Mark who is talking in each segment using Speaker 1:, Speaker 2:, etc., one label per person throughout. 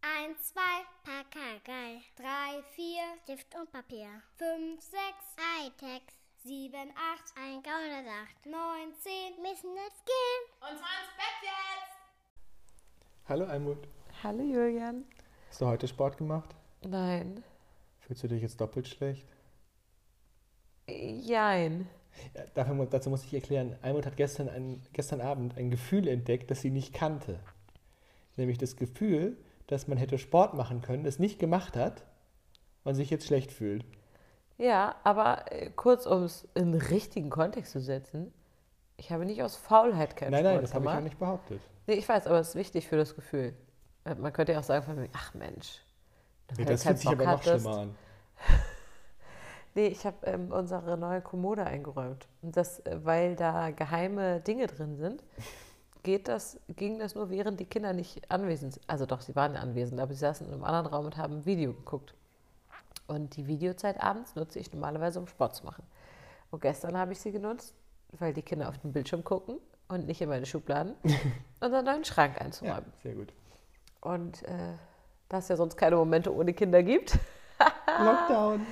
Speaker 1: 1, 2, Pakagei.
Speaker 2: 3, 4,
Speaker 1: Stift und Papier.
Speaker 2: 5, 6,
Speaker 1: Hightech.
Speaker 2: 7, 8,
Speaker 1: Ein Gauderdacht.
Speaker 2: 9, 10.
Speaker 1: Müssen jetzt gehen.
Speaker 3: Und zwar ins Bett jetzt!
Speaker 4: Hallo Almut.
Speaker 5: Hallo Julian.
Speaker 4: Hast du heute Sport gemacht?
Speaker 5: Nein.
Speaker 4: Fühlst du dich jetzt doppelt schlecht?
Speaker 5: Jein.
Speaker 4: Ja, Äh, dafür, mu- dazu muss ich erklären. Almut hat gestern, ein, gestern Abend ein Gefühl entdeckt, das sie nicht kannte. Nämlich das Gefühl, dass man hätte Sport machen können, es nicht gemacht hat, man sich jetzt schlecht fühlt.
Speaker 5: Ja, aber äh, kurz, um es in den richtigen Kontext zu setzen, ich habe nicht aus Faulheit keinen
Speaker 4: nein,
Speaker 5: Sport
Speaker 4: nein, das habe ich
Speaker 5: gemacht.
Speaker 4: auch nicht behauptet.
Speaker 5: Nee, ich weiß, aber es ist wichtig für das Gefühl. Äh, Man könnte ja auch sagen, von wegen, ach Mensch. wenn
Speaker 4: Nee,
Speaker 5: du
Speaker 4: das
Speaker 5: keinen
Speaker 4: fühlt sich aber
Speaker 5: Bock
Speaker 4: noch
Speaker 5: hattest.
Speaker 4: schlimmer an.
Speaker 5: Nee, ich habe ähm, unsere neue Kommode eingeräumt. Und das, äh, weil da geheime Dinge drin sind, geht das, ging das nur, während die Kinder nicht anwesend sind. Also doch, sie waren anwesend, aber sie saßen in einem anderen Raum und haben ein Video geguckt. Und die Videozeit abends nutze ich normalerweise, um Sport zu machen. Und gestern habe ich sie genutzt, weil die Kinder auf den Bildschirm gucken und nicht in meine Schubladen, unseren neuen Schrank
Speaker 4: Ja,
Speaker 5: einzuräumen.
Speaker 4: sehr gut.
Speaker 5: Und äh, da es ja sonst keine Momente ohne Kinder gibt,
Speaker 4: Ah. Lockdown.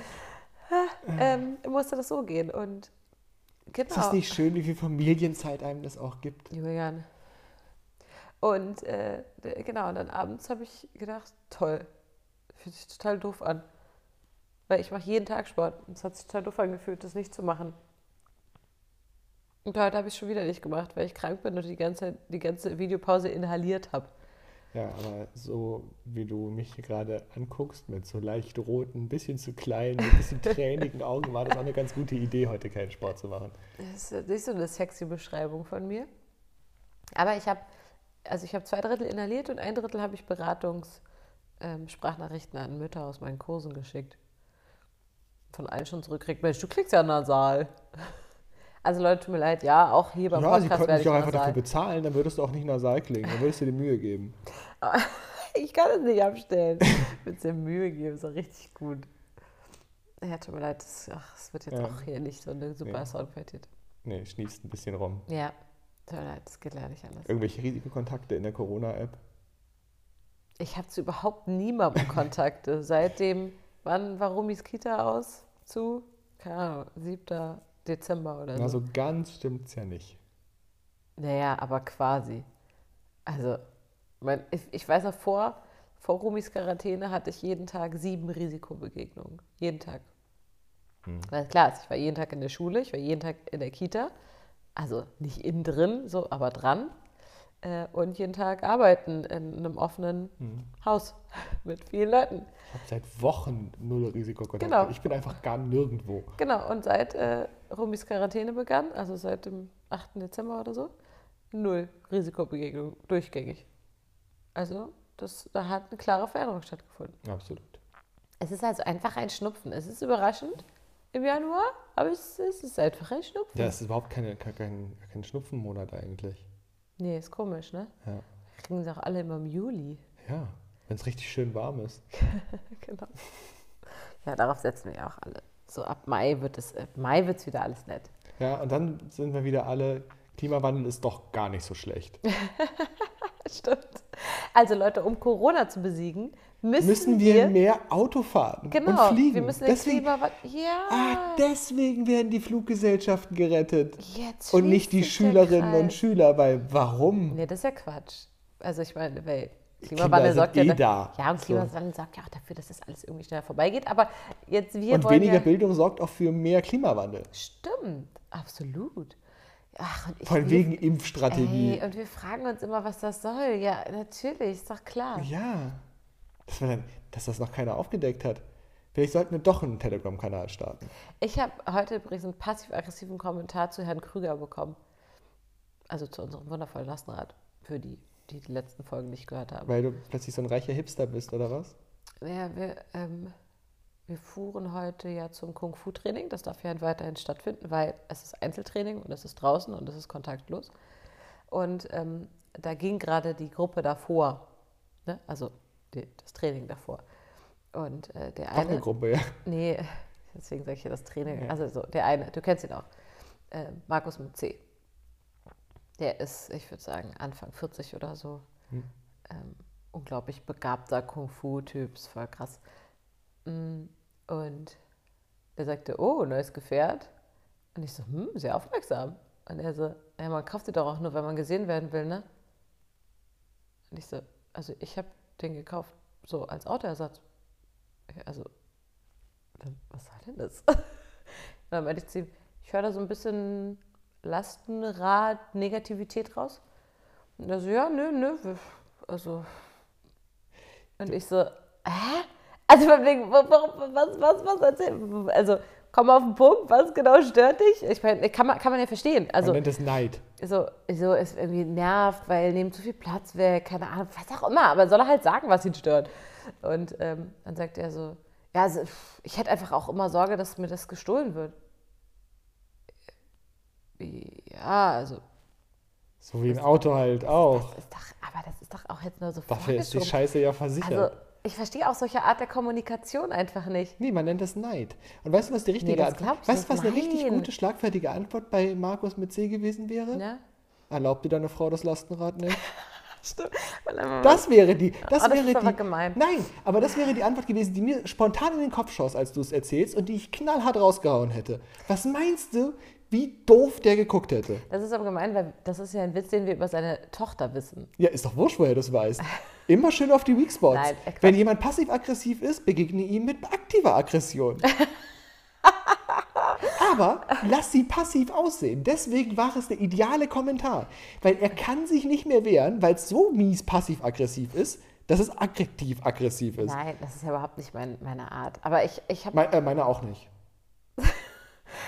Speaker 5: ähm, musste das so gehen. Und
Speaker 4: Mhm. Ist das
Speaker 5: genau.
Speaker 4: nicht schön, wie viel Familienzeit einem das auch gibt?
Speaker 5: Julian. Und äh, d- genau, und dann abends habe ich gedacht, toll, fühlt sich total doof an. Weil ich mache jeden Tag Sport und es hat sich total doof angefühlt, das nicht zu machen. Und heute habe ich es schon wieder nicht gemacht, weil ich krank bin und die ganze, die ganze Videopause inhaliert habe.
Speaker 4: Ja, aber so wie du mich hier gerade anguckst, mit so leicht roten, ein bisschen zu kleinen, ein bisschen tränigen Augen, war das auch eine ganz gute Idee, heute keinen Sport zu machen.
Speaker 5: Das ist nicht so eine sexy Beschreibung von mir. Aber ich habe also ich habe zwei Drittel inhaliert und ein Drittel habe ich Beratungs ähm, Sprachnachrichten an Mütter aus meinen Kursen geschickt. Von allen schon zurückkriegt, Mensch, du klingst ja nasal. Also Leute, tut mir leid, ja, auch hier beim
Speaker 4: ja, sie
Speaker 5: Podcast
Speaker 4: könnten
Speaker 5: werde ich
Speaker 4: dich auch einfach dafür
Speaker 5: nasal.
Speaker 4: bezahlen, dann würdest du auch nicht nasal klingen, dann würdest du dir Mühe geben.
Speaker 5: Ich kann es nicht abstellen. Mit der Mühe geben, ist auch richtig gut. Ja, tut mir leid, das, ach, es wird jetzt
Speaker 4: Ja.
Speaker 5: auch hier nicht so eine super
Speaker 4: Nee.
Speaker 5: Soundqualität.
Speaker 4: Nee, schniefst ein bisschen rum.
Speaker 5: Ja, tut mir leid, das geht leider nicht anders.
Speaker 4: Irgendwelche Risikokontakte in der Corona-App.
Speaker 5: Ich habe zu überhaupt niemandem Kontakte. Seitdem, wann war Rumis Kita aus? Zu, keine Ahnung, 7. Dezember oder so.
Speaker 4: Also ganz stimmt's ja nicht.
Speaker 5: Naja, aber quasi. Also, mein, ich, ich weiß noch, vor, vor Rumis Quarantäne hatte ich jeden Tag sieben Risikobegegnungen. Jeden Tag. Weil klar, ich war jeden Tag in der Schule, ich war jeden Tag in der Kita. Also nicht innen drin, so, aber dran. Äh, und jeden Tag arbeiten in einem offenen Haus mit vielen Leuten.
Speaker 4: Ich habe seit Wochen null Risikokontakte.
Speaker 5: Genau.
Speaker 4: Ich bin einfach gar nirgendwo.
Speaker 5: Genau, und seit äh, Rumis Quarantäne begann, also seit dem 8. Dezember oder so, null Risikobegegnung, durchgängig. Also, das, da hat eine klare Veränderung stattgefunden.
Speaker 4: Absolut.
Speaker 5: Es ist also einfach ein Schnupfen. Es ist überraschend im Januar, aber es, es ist einfach ein Schnupfen.
Speaker 4: Ja, es ist überhaupt keine, gar kein, gar kein Schnupfenmonat eigentlich.
Speaker 5: Nee, ist komisch, ne?
Speaker 4: Ja,
Speaker 5: Kriegen sie auch alle immer im Juli.
Speaker 4: ja wenn es richtig schön warm ist.
Speaker 5: genau. Ja, darauf setzen wir auch alle. So ab Mai wird es, ab Mai wird's wieder alles nett.
Speaker 4: Ja, und dann sind wir wieder alle, Klimawandel ist doch gar nicht so schlecht.
Speaker 5: Stimmt. Also Leute, um Corona zu besiegen, müssen,
Speaker 4: Müssen wir,
Speaker 5: wir
Speaker 4: mehr Auto fahren
Speaker 5: Genau,
Speaker 4: und fliegen.
Speaker 5: wir müssen den
Speaker 4: deswegen,
Speaker 5: Klimawandel. Ja,
Speaker 4: ah, deswegen werden die Fluggesellschaften gerettet.
Speaker 5: jetzt
Speaker 4: und nicht die
Speaker 5: schließt sich der
Speaker 4: Schülerinnen und
Speaker 5: Kreis.
Speaker 4: Schüler, weil warum?
Speaker 5: Nee, das ist ja Quatsch. Also ich meine, weil
Speaker 4: Kinder
Speaker 5: Klimawandel
Speaker 4: sind
Speaker 5: sorgt
Speaker 4: eh
Speaker 5: ja
Speaker 4: da.
Speaker 5: Ja, und Klimawandel sorgt ja auch dafür, dass das alles irgendwie schneller vorbeigeht. Aber jetzt wir
Speaker 4: und
Speaker 5: wollen
Speaker 4: weniger
Speaker 5: ja,
Speaker 4: Bildung sorgt auch für mehr Klimawandel.
Speaker 5: Stimmt, absolut. Ach, und ich
Speaker 4: Von
Speaker 5: lieb-
Speaker 4: wegen Impfstrategie.
Speaker 5: Hm. Ey, und wir fragen uns immer, was das soll. Ja, natürlich, ist doch klar.
Speaker 4: ja. Dass, wir dann, dass das noch keiner aufgedeckt hat. Vielleicht sollten wir doch einen Telegram-Kanal starten.
Speaker 5: Ich habe heute übrigens einen passiv-aggressiven Kommentar zu Herrn Krüger bekommen. Also zu unserem wundervollen Lastenrad. Für die, die die letzten Folgen nicht gehört haben.
Speaker 4: Weil du plötzlich so ein reicher Hipster bist, oder was?
Speaker 5: Ja, wir, ähm, wir fuhren heute ja zum Kung-Fu-Training. Das darf ja halt weiterhin stattfinden, weil es ist Einzeltraining und es ist draußen und es ist kontaktlos. Und ähm, da ging gerade die Gruppe davor, ne? also die, das Training davor. Und äh, der
Speaker 4: Doch eine
Speaker 5: eine.
Speaker 4: Gruppe, ja.
Speaker 5: Nee, deswegen sage ich ja das Training. Also so, der eine, du kennst ihn auch. Äh, Markus mit C. Der ist, ich würde sagen, Anfang 40 oder so. Ähm, unglaublich begabter Kung-Fu-Typ, ist voll krass. Mm, Und er sagte, oh, neues Gefährt. Und ich so, hm, sehr aufmerksam. Und er so, ja, man kauft die doch auch nur, wenn man gesehen werden will, ne? Und ich so, also ich habe den gekauft, so als Autoersatz. Ja, Also, dann- was soll denn das? Und dann meinte ich zu ihm, ich höre da so ein bisschen Lastenrad, Negativität raus. Und er so, ja, nö, nö, wir- also. Und ich so, hä? Also, von wegen, wa- warum, was, was, was erzähl? Also, komm auf den Punkt, was genau stört dich? Ich meine, kann man, kann man ja verstehen. Also,
Speaker 4: Man nennt es Neid.
Speaker 5: so, so ist irgendwie nervt, weil nehmen zu viel Platz weg, keine Ahnung, was auch immer, aber soll er halt sagen, was ihn stört. Und ähm, dann sagt er so, ja, also, pff, ich hätte einfach auch immer Sorge, dass mir das gestohlen wird. Ja, also,
Speaker 4: So wie ein Auto halt auch.
Speaker 5: ist doch, aber das ist doch auch jetzt nur so
Speaker 4: Dafür ist die
Speaker 5: vorgeschoben.
Speaker 4: Scheiße ja versichert.
Speaker 5: Also, ich verstehe auch solche Art der Kommunikation einfach nicht.
Speaker 4: Nee, man nennt das Neid. Und weißt du, was die richtige
Speaker 5: das
Speaker 4: Antwort
Speaker 5: glaubst
Speaker 4: Weißt du,
Speaker 5: du
Speaker 4: was
Speaker 5: nicht.
Speaker 4: eine richtig
Speaker 5: Nein. Ne?
Speaker 4: gute, schlagfertige Antwort bei Markus mit C gewesen wäre?
Speaker 5: Ja?
Speaker 4: Erlaubt dir deine Frau das Lastenrad nicht?
Speaker 5: Stimmt. Weil er-
Speaker 4: Das wäre die. Das,
Speaker 5: Oh, das
Speaker 4: wäre
Speaker 5: ist aber
Speaker 4: die,
Speaker 5: gemein.
Speaker 4: Nein, aber das wäre die Antwort gewesen, die mir spontan in den Kopf schoss, als du es erzählst und die ich knallhart rausgehauen hätte. Was meinst du, wie doof der geguckt hätte?
Speaker 5: Das ist aber gemein, weil das ist ja ein Witz, den wir über seine Tochter wissen.
Speaker 4: Ja, ist doch wurscht, woher du das weißt. Immer schön auf die Weakspots.
Speaker 5: Nein, äh, Quatsch.
Speaker 4: Wenn jemand passiv-aggressiv ist, begegne ihm mit aktiver Aggression. Aber lass sie passiv aussehen. Deswegen war es der ideale Kommentar. Weil er kann sich nicht mehr wehren, weil es so mies passiv-aggressiv ist, dass es aggressiv-aggressiv ist.
Speaker 5: Nein, das ist ja überhaupt nicht mein, meine Art. Aber ich, ich habe
Speaker 4: Mei- äh, meine auch nicht.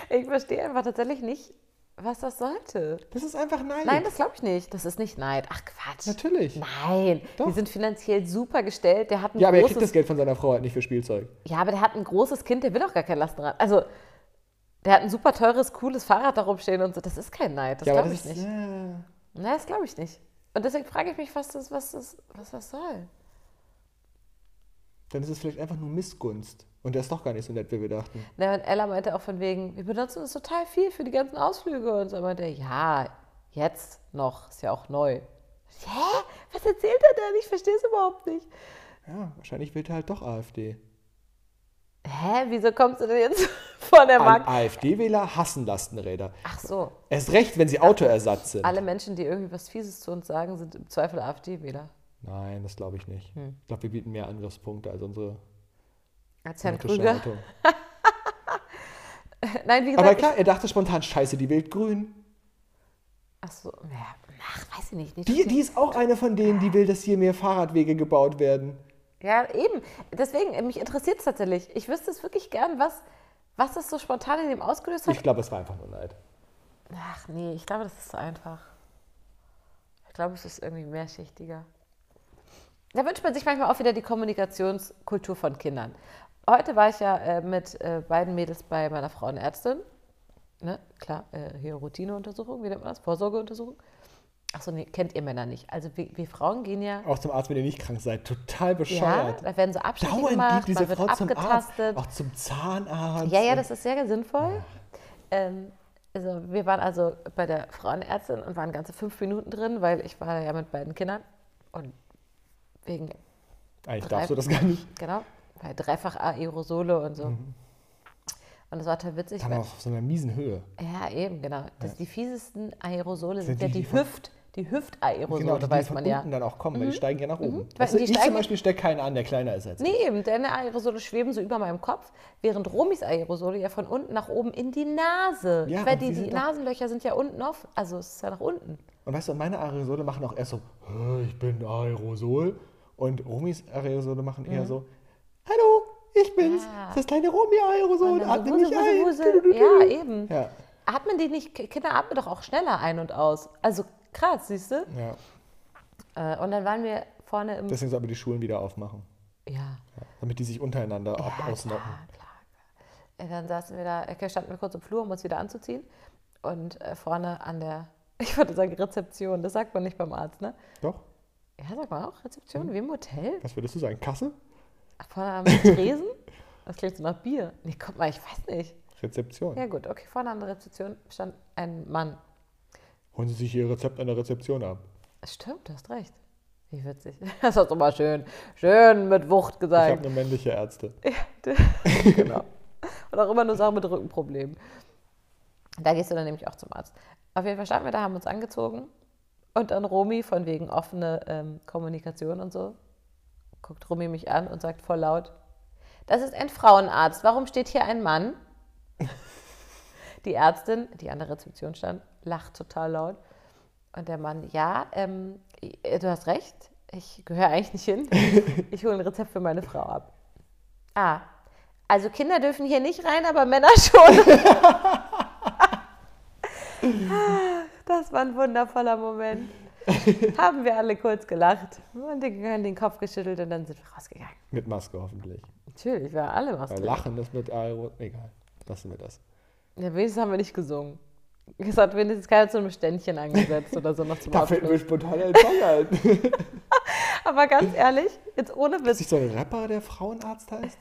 Speaker 5: Ich verstehe einfach tatsächlich nicht, was das sollte.
Speaker 4: Das ist einfach Neid.
Speaker 5: Nein, das glaube ich nicht. Das ist nicht Neid. Ach Quatsch.
Speaker 4: Natürlich.
Speaker 5: Nein,
Speaker 4: Doch.
Speaker 5: die sind finanziell super gestellt. Der hat ein
Speaker 4: Ja, aber er kriegt
Speaker 5: großes,
Speaker 4: das Geld von seiner Frau halt nicht für Spielzeug.
Speaker 5: ja, aber der hat ein großes Kind, der will doch gar kein Lastenrad. Also, der hat ein super teures, cooles Fahrrad darum stehen und so. Das ist kein Neid. Das
Speaker 4: ja, aber
Speaker 5: glaube ich nicht.
Speaker 4: äh,
Speaker 5: Nein, das glaube ich nicht. Und deswegen frage ich mich, was das, was das, was das soll.
Speaker 4: dann ist es vielleicht einfach nur Missgunst. Und der ist doch gar nicht so nett, wie wir dachten.
Speaker 5: Na, und Ella meinte auch von wegen, wir benutzen das total viel für die ganzen Ausflüge. Und so meinte er, ja, jetzt noch, ist ja auch neu. Hä? Was erzählt er denn? Ich verstehe es überhaupt nicht.
Speaker 4: Ja, wahrscheinlich wählt er halt doch AfD.
Speaker 5: Hä, wieso kommst du denn jetzt von der
Speaker 4: Alle
Speaker 5: Markt?
Speaker 4: AfD-Wähler hassen Lastenräder.
Speaker 5: Ach so,
Speaker 4: Erst recht, wenn sie Autoersatz sind.
Speaker 5: alle Menschen, die irgendwie was Fieses zu uns sagen, sind im Zweifel AfD-Wähler.
Speaker 4: Nein, das glaube ich nicht.
Speaker 5: Hm.
Speaker 4: Ich glaube, wir bieten mehr Angriffspunkte als unsere
Speaker 5: Als Herrn
Speaker 4: politische
Speaker 5: Krüger.
Speaker 4: Haltung.
Speaker 5: Nein, wie gesagt.
Speaker 4: Aber klar, er dachte spontan, scheiße, die wählt grün.
Speaker 5: Ach so, ja, ach, weiß ich nicht. nicht
Speaker 4: Die, die ist auch eine von denen, die will, dass hier mehr Fahrradwege gebaut werden.
Speaker 5: Ja, eben. Deswegen, äh, mich interessiert es tatsächlich. Ich wüsste es wirklich gern, was, was das so spontan in dem ausgelöst hat.
Speaker 4: Ich glaube, es war einfach nur Neid.
Speaker 5: Ach nee, ich glaube, das ist so einfach. Ich glaube, es ist irgendwie mehrschichtiger. Da wünscht man sich manchmal auch wieder die Kommunikationskultur von Kindern. Heute war ich ja äh, mit äh, beiden Mädels bei meiner Frauenärztin. Ne? Klar, äh, hier Routineuntersuchung, wie nennt man das? Vorsorgeuntersuchung. Achso, nee, kennt ihr Männer nicht. Also wir, wir Frauen gehen ja,
Speaker 4: Auch zum Arzt, wenn ihr nicht krank seid. Total
Speaker 5: ja
Speaker 4: bescheuert.
Speaker 5: da werden so Abstriche
Speaker 4: Oh, Dauernd
Speaker 5: gemacht,
Speaker 4: geht diese
Speaker 5: man wird
Speaker 4: Frau zum Arzt. Oh,
Speaker 5: abgetastet.
Speaker 4: Auch zum Zahnarzt.
Speaker 5: Ja, ja,
Speaker 4: und-
Speaker 5: das ist sehr sinnvoll. Ähm, also wir waren also bei der Frauenärztin und waren ganze fünf Minuten drin, weil ich war ja mit beiden Kindern und wegen,
Speaker 4: Eigentlich darfst du das gar nicht.
Speaker 5: genau, bei dreifach Aerosole und so. Und das war total witzig.
Speaker 4: Dann
Speaker 5: weil-
Speaker 4: Mhm. auch auf so einer miesen Höhe.
Speaker 5: Ja, eben, genau. Das, Die fiesesten Aerosole sind,
Speaker 4: Sind
Speaker 5: ja
Speaker 4: die,
Speaker 5: die,
Speaker 4: die von-
Speaker 5: Hüft, die Hüftaerosole,
Speaker 4: Genau, die, die
Speaker 5: weiß
Speaker 4: von
Speaker 5: man
Speaker 4: unten
Speaker 5: ja. Mhm.
Speaker 4: dann auch kommen, weil die steigen ja nach oben.
Speaker 5: Weil
Speaker 4: Weißt du,
Speaker 5: die
Speaker 4: ich
Speaker 5: steigen-
Speaker 4: zum Beispiel stecke keinen an, der kleiner ist als ich.
Speaker 5: Nee, eben, deine Aerosole schweben so über meinem Kopf, während Romis Aerosole ja von unten nach oben in die Nase.
Speaker 4: Ja,
Speaker 5: weil
Speaker 4: und
Speaker 5: die,
Speaker 4: die
Speaker 5: die
Speaker 4: sind doch-
Speaker 5: Nasenlöcher sind ja unten auf, also es ist ja nach unten.
Speaker 4: Und weißt du, meine Aerosole machen auch erst so, "Hä, ich bin Aerosol. Und Romis Aerosole machen eher so, hallo, ich bin's,
Speaker 5: Mhm. Ja.
Speaker 4: das kleine Romi-Aerosol,
Speaker 5: Und dann
Speaker 4: atme
Speaker 5: so
Speaker 4: mich
Speaker 5: Wusel,
Speaker 4: ein.
Speaker 5: Wusel, Wusel. Ja, eben.
Speaker 4: Ja.
Speaker 5: Atmen die nicht, Ki- Kinder atmen doch auch schneller ein und aus. Also krass, siehst du?
Speaker 4: ja,
Speaker 5: Äh, Und dann waren wir vorne im.
Speaker 4: deswegen sollten wir die Schulen wieder aufmachen,
Speaker 5: ja.
Speaker 4: damit die sich untereinander ab-
Speaker 5: Ja, klar,
Speaker 4: ausnocken.
Speaker 5: klar, klar. Äh, Dann saßen wir da, okay, standen wir kurz im Flur, um uns wieder anzuziehen. Und äh, vorne an der, ich würde sagen Rezeption, das sagt man nicht beim Arzt, ne?
Speaker 4: Doch,
Speaker 5: Ja, sagt man auch Rezeption, wie im Hotel?
Speaker 4: was würdest du sagen, Kasse?
Speaker 5: Ach, Vorne am Tresen? Das klingt so nach Bier. Nee, guck mal, ich weiß nicht.
Speaker 4: Rezeption.
Speaker 5: Ja gut, okay, vorne an der Rezeption stand ein Mann
Speaker 4: Holen Sie sich Ihr Rezept an der Rezeption ab.
Speaker 5: Stimmt, du hast recht. Wie witzig. Das hast du mal schön, schön mit
Speaker 4: Ich
Speaker 5: Wucht
Speaker 4: habe
Speaker 5: gesagt.
Speaker 4: eine männliche Ärztin.
Speaker 5: genau. Und auch immer nur Sachen mit Rückenproblemen. Da gehst du dann nämlich auch zum Arzt. Auf jeden Fall standen wir da, haben uns angezogen. Und dann Romy, von wegen offene ähm, Kommunikation und so, guckt Romy mich an und sagt voll laut, das ist ein Frauenarzt. Warum steht hier ein Mann? Die Ärztin, die an der Rezeption stand, lacht total laut. Und der Mann, ja, ähm, äh, du hast recht, ich gehöre eigentlich nicht hin. Ich hole ein Rezept für meine Frau ab. Ah, also Kinder dürfen hier nicht rein, aber Männer schon. das war ein wundervoller Moment. Haben wir alle kurz gelacht und den, den Kopf geschüttelt und dann sind wir rausgegangen.
Speaker 4: Mit Maske hoffentlich.
Speaker 5: Natürlich, wir waren alle
Speaker 4: Weil
Speaker 5: was.
Speaker 4: Lachen ist mit Aero. Egal. Lassen wir das.
Speaker 5: Ja, wenigstens haben wir nicht gesungen. Es hat wenigstens keiner zu einem Ständchen angesetzt oder so noch zum
Speaker 4: Da fällt mir
Speaker 5: Abschluss.
Speaker 4: spontan ein Song ein.
Speaker 5: Aber ganz ehrlich, jetzt ohne
Speaker 4: Ist
Speaker 5: Witz.
Speaker 4: nicht so ein Rapper, der Frauenarzt heißt?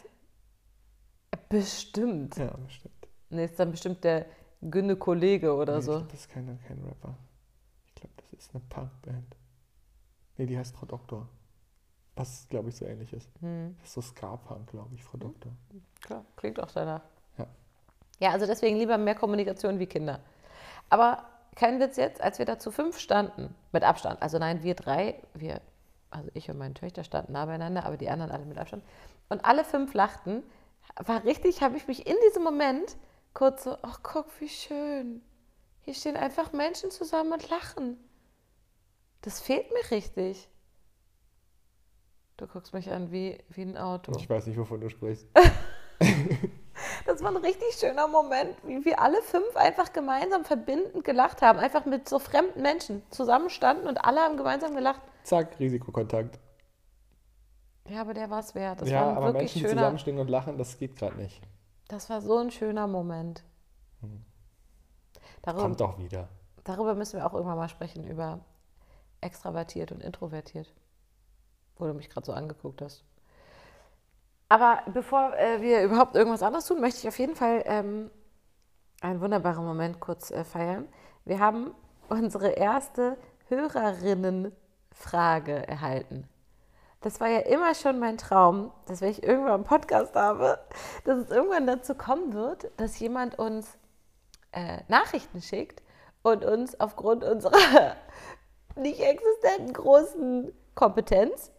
Speaker 5: Bestimmt.
Speaker 4: Ja, bestimmt.
Speaker 5: Nee, ist dann bestimmt der Gynäkologe oder
Speaker 4: Nee, ich
Speaker 5: so.
Speaker 4: glaub, das ist kein, kein Rapper. Ich glaube, das ist eine Punkband. Nee, die heißt Frau Doktor. Was, glaube ich, so ähnlich ist.
Speaker 5: Hm.
Speaker 4: Das ist so Ska-Punk, glaube ich, Frau Doktor.
Speaker 5: Klar, klingt auch danach.
Speaker 4: Ja.
Speaker 5: Ja, also deswegen lieber mehr Kommunikation wie Kinder. Aber kein Witz jetzt, als wir da zu fünf standen, mit Abstand, also nein, wir drei, wir, also ich und meine Töchter standen nah beieinander, aber die anderen alle mit Abstand. Und alle fünf lachten, war richtig, habe ich mich in diesem Moment kurz so, ach guck, wie schön. Hier stehen einfach Menschen zusammen und lachen. Das fehlt mir richtig. Du guckst mich an wie, wie ein Auto.
Speaker 4: Ich weiß nicht, wovon du sprichst.
Speaker 5: Das war ein richtig schöner Moment, wie wir alle fünf einfach gemeinsam verbindend gelacht haben. Einfach mit so fremden Menschen zusammenstanden und alle haben gemeinsam gelacht.
Speaker 4: Zack, Risikokontakt.
Speaker 5: Ja, aber der war es wert. Das
Speaker 4: ja,
Speaker 5: war ein
Speaker 4: aber
Speaker 5: wirklich
Speaker 4: Menschen die
Speaker 5: schöner.
Speaker 4: zusammenstehen und lachen, das geht gerade nicht.
Speaker 5: Das war so ein schöner Moment.
Speaker 4: Hm. Kommt
Speaker 5: Darüber,
Speaker 4: doch wieder.
Speaker 5: darüber müssen wir auch irgendwann mal sprechen, über extravertiert und introvertiert. Wo du mich gerade so angeguckt hast. Aber bevor äh, wir überhaupt irgendwas anderes tun, möchte ich auf jeden Fall ähm, einen wunderbaren Moment kurz äh, feiern. Wir haben unsere erste Hörerinnenfrage erhalten. Das war ja immer schon mein Traum, dass wenn ich irgendwann einen Podcast habe, dass es irgendwann dazu kommen wird, dass jemand uns äh, Nachrichten schickt und uns aufgrund unserer nicht existenten großen Kompetenz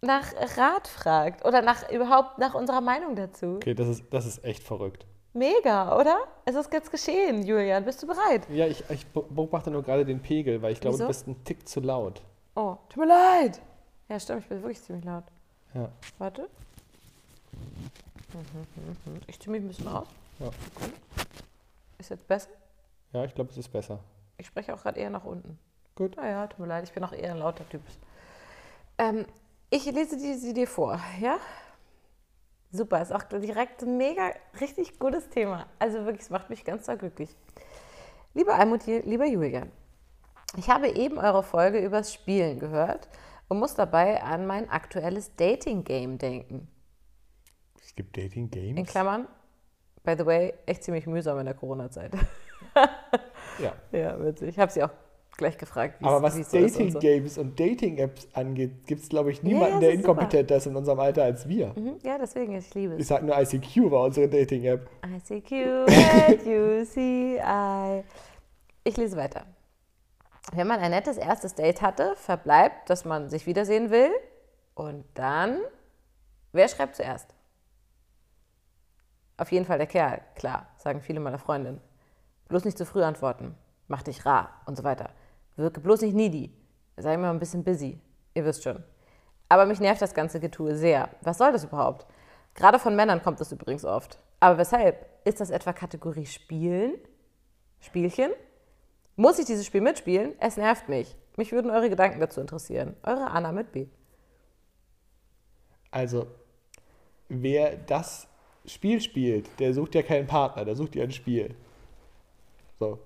Speaker 5: nach Rat fragt oder nach überhaupt nach unserer Meinung dazu.
Speaker 4: Okay, das ist, das ist echt verrückt.
Speaker 5: Mega, oder? Es ist jetzt geschehen, Julian. Bist du bereit?
Speaker 4: Ja, ich, ich beobachte nur gerade den Pegel, weil ich glaube,
Speaker 5: Wieso?
Speaker 4: du bist ein Tick zu laut.
Speaker 5: Oh, tut mir leid. Ja, stimmt, ich bin wirklich ziemlich laut.
Speaker 4: Ja.
Speaker 5: Warte. Mhm, mhm, mhm. Ich ziehe mich ein bisschen aus.
Speaker 4: Ja,
Speaker 5: Ist jetzt besser?
Speaker 4: ja ich glaube, es ist besser.
Speaker 5: Ich spreche auch gerade eher nach unten.
Speaker 4: Gut.
Speaker 5: Naja, tut mir leid, ich bin auch eher ein lauter Typ. Ähm, ich lese die, sie dir vor, ja? Super, ist auch direkt ein mega, richtig gutes Thema. Also wirklich, es macht mich ganz doll glücklich. Lieber Almut, lieber Julian, ich habe eben eure Folge übers Spielen gehört und muss dabei an mein aktuelles Dating-Game denken.
Speaker 4: Es gibt Dating-Games?
Speaker 5: In Klammern, by the way, echt ziemlich mühsam in der Corona-Zeit.
Speaker 4: Ja.
Speaker 5: ja, witzig. Ich habe sie auch gleich gefragt, wie
Speaker 4: Aber was
Speaker 5: so ist und so.
Speaker 4: Dating-Games und Dating-Apps angeht, gibt es, glaube ich,
Speaker 5: ja,
Speaker 4: niemanden,
Speaker 5: das
Speaker 4: der
Speaker 5: ist super.
Speaker 4: inkompetenter ist in unserem Alter als wir.
Speaker 5: Mhm, Ja, deswegen, ich liebe
Speaker 4: Ich
Speaker 5: es.
Speaker 4: sag nur ICQ war unsere Dating-App.
Speaker 5: ICQ at UCI. Ich lese weiter. Wenn man ein nettes erstes Date hatte, verbleibt, dass man sich wiedersehen will. Und dann, wer schreibt zuerst? Auf jeden Fall der Kerl, klar, sagen viele meiner Freundinnen. Bloß nicht zu früh antworten. Mach dich rar und so weiter. Wirke bloß nicht needy. Sei immer ein bisschen busy. Ihr wisst schon. Aber mich nervt das ganze Getue sehr. Was soll das überhaupt? Gerade von Männern kommt das übrigens oft. Aber weshalb? Ist das etwa Kategorie Spielen? Spielchen? Muss ich dieses Spiel mitspielen? Es nervt mich. Mich würden eure Gedanken dazu interessieren. Eure Anna mit B.
Speaker 4: Also, wer das Spiel spielt, der sucht ja keinen Partner, der sucht ja ein Spiel. So.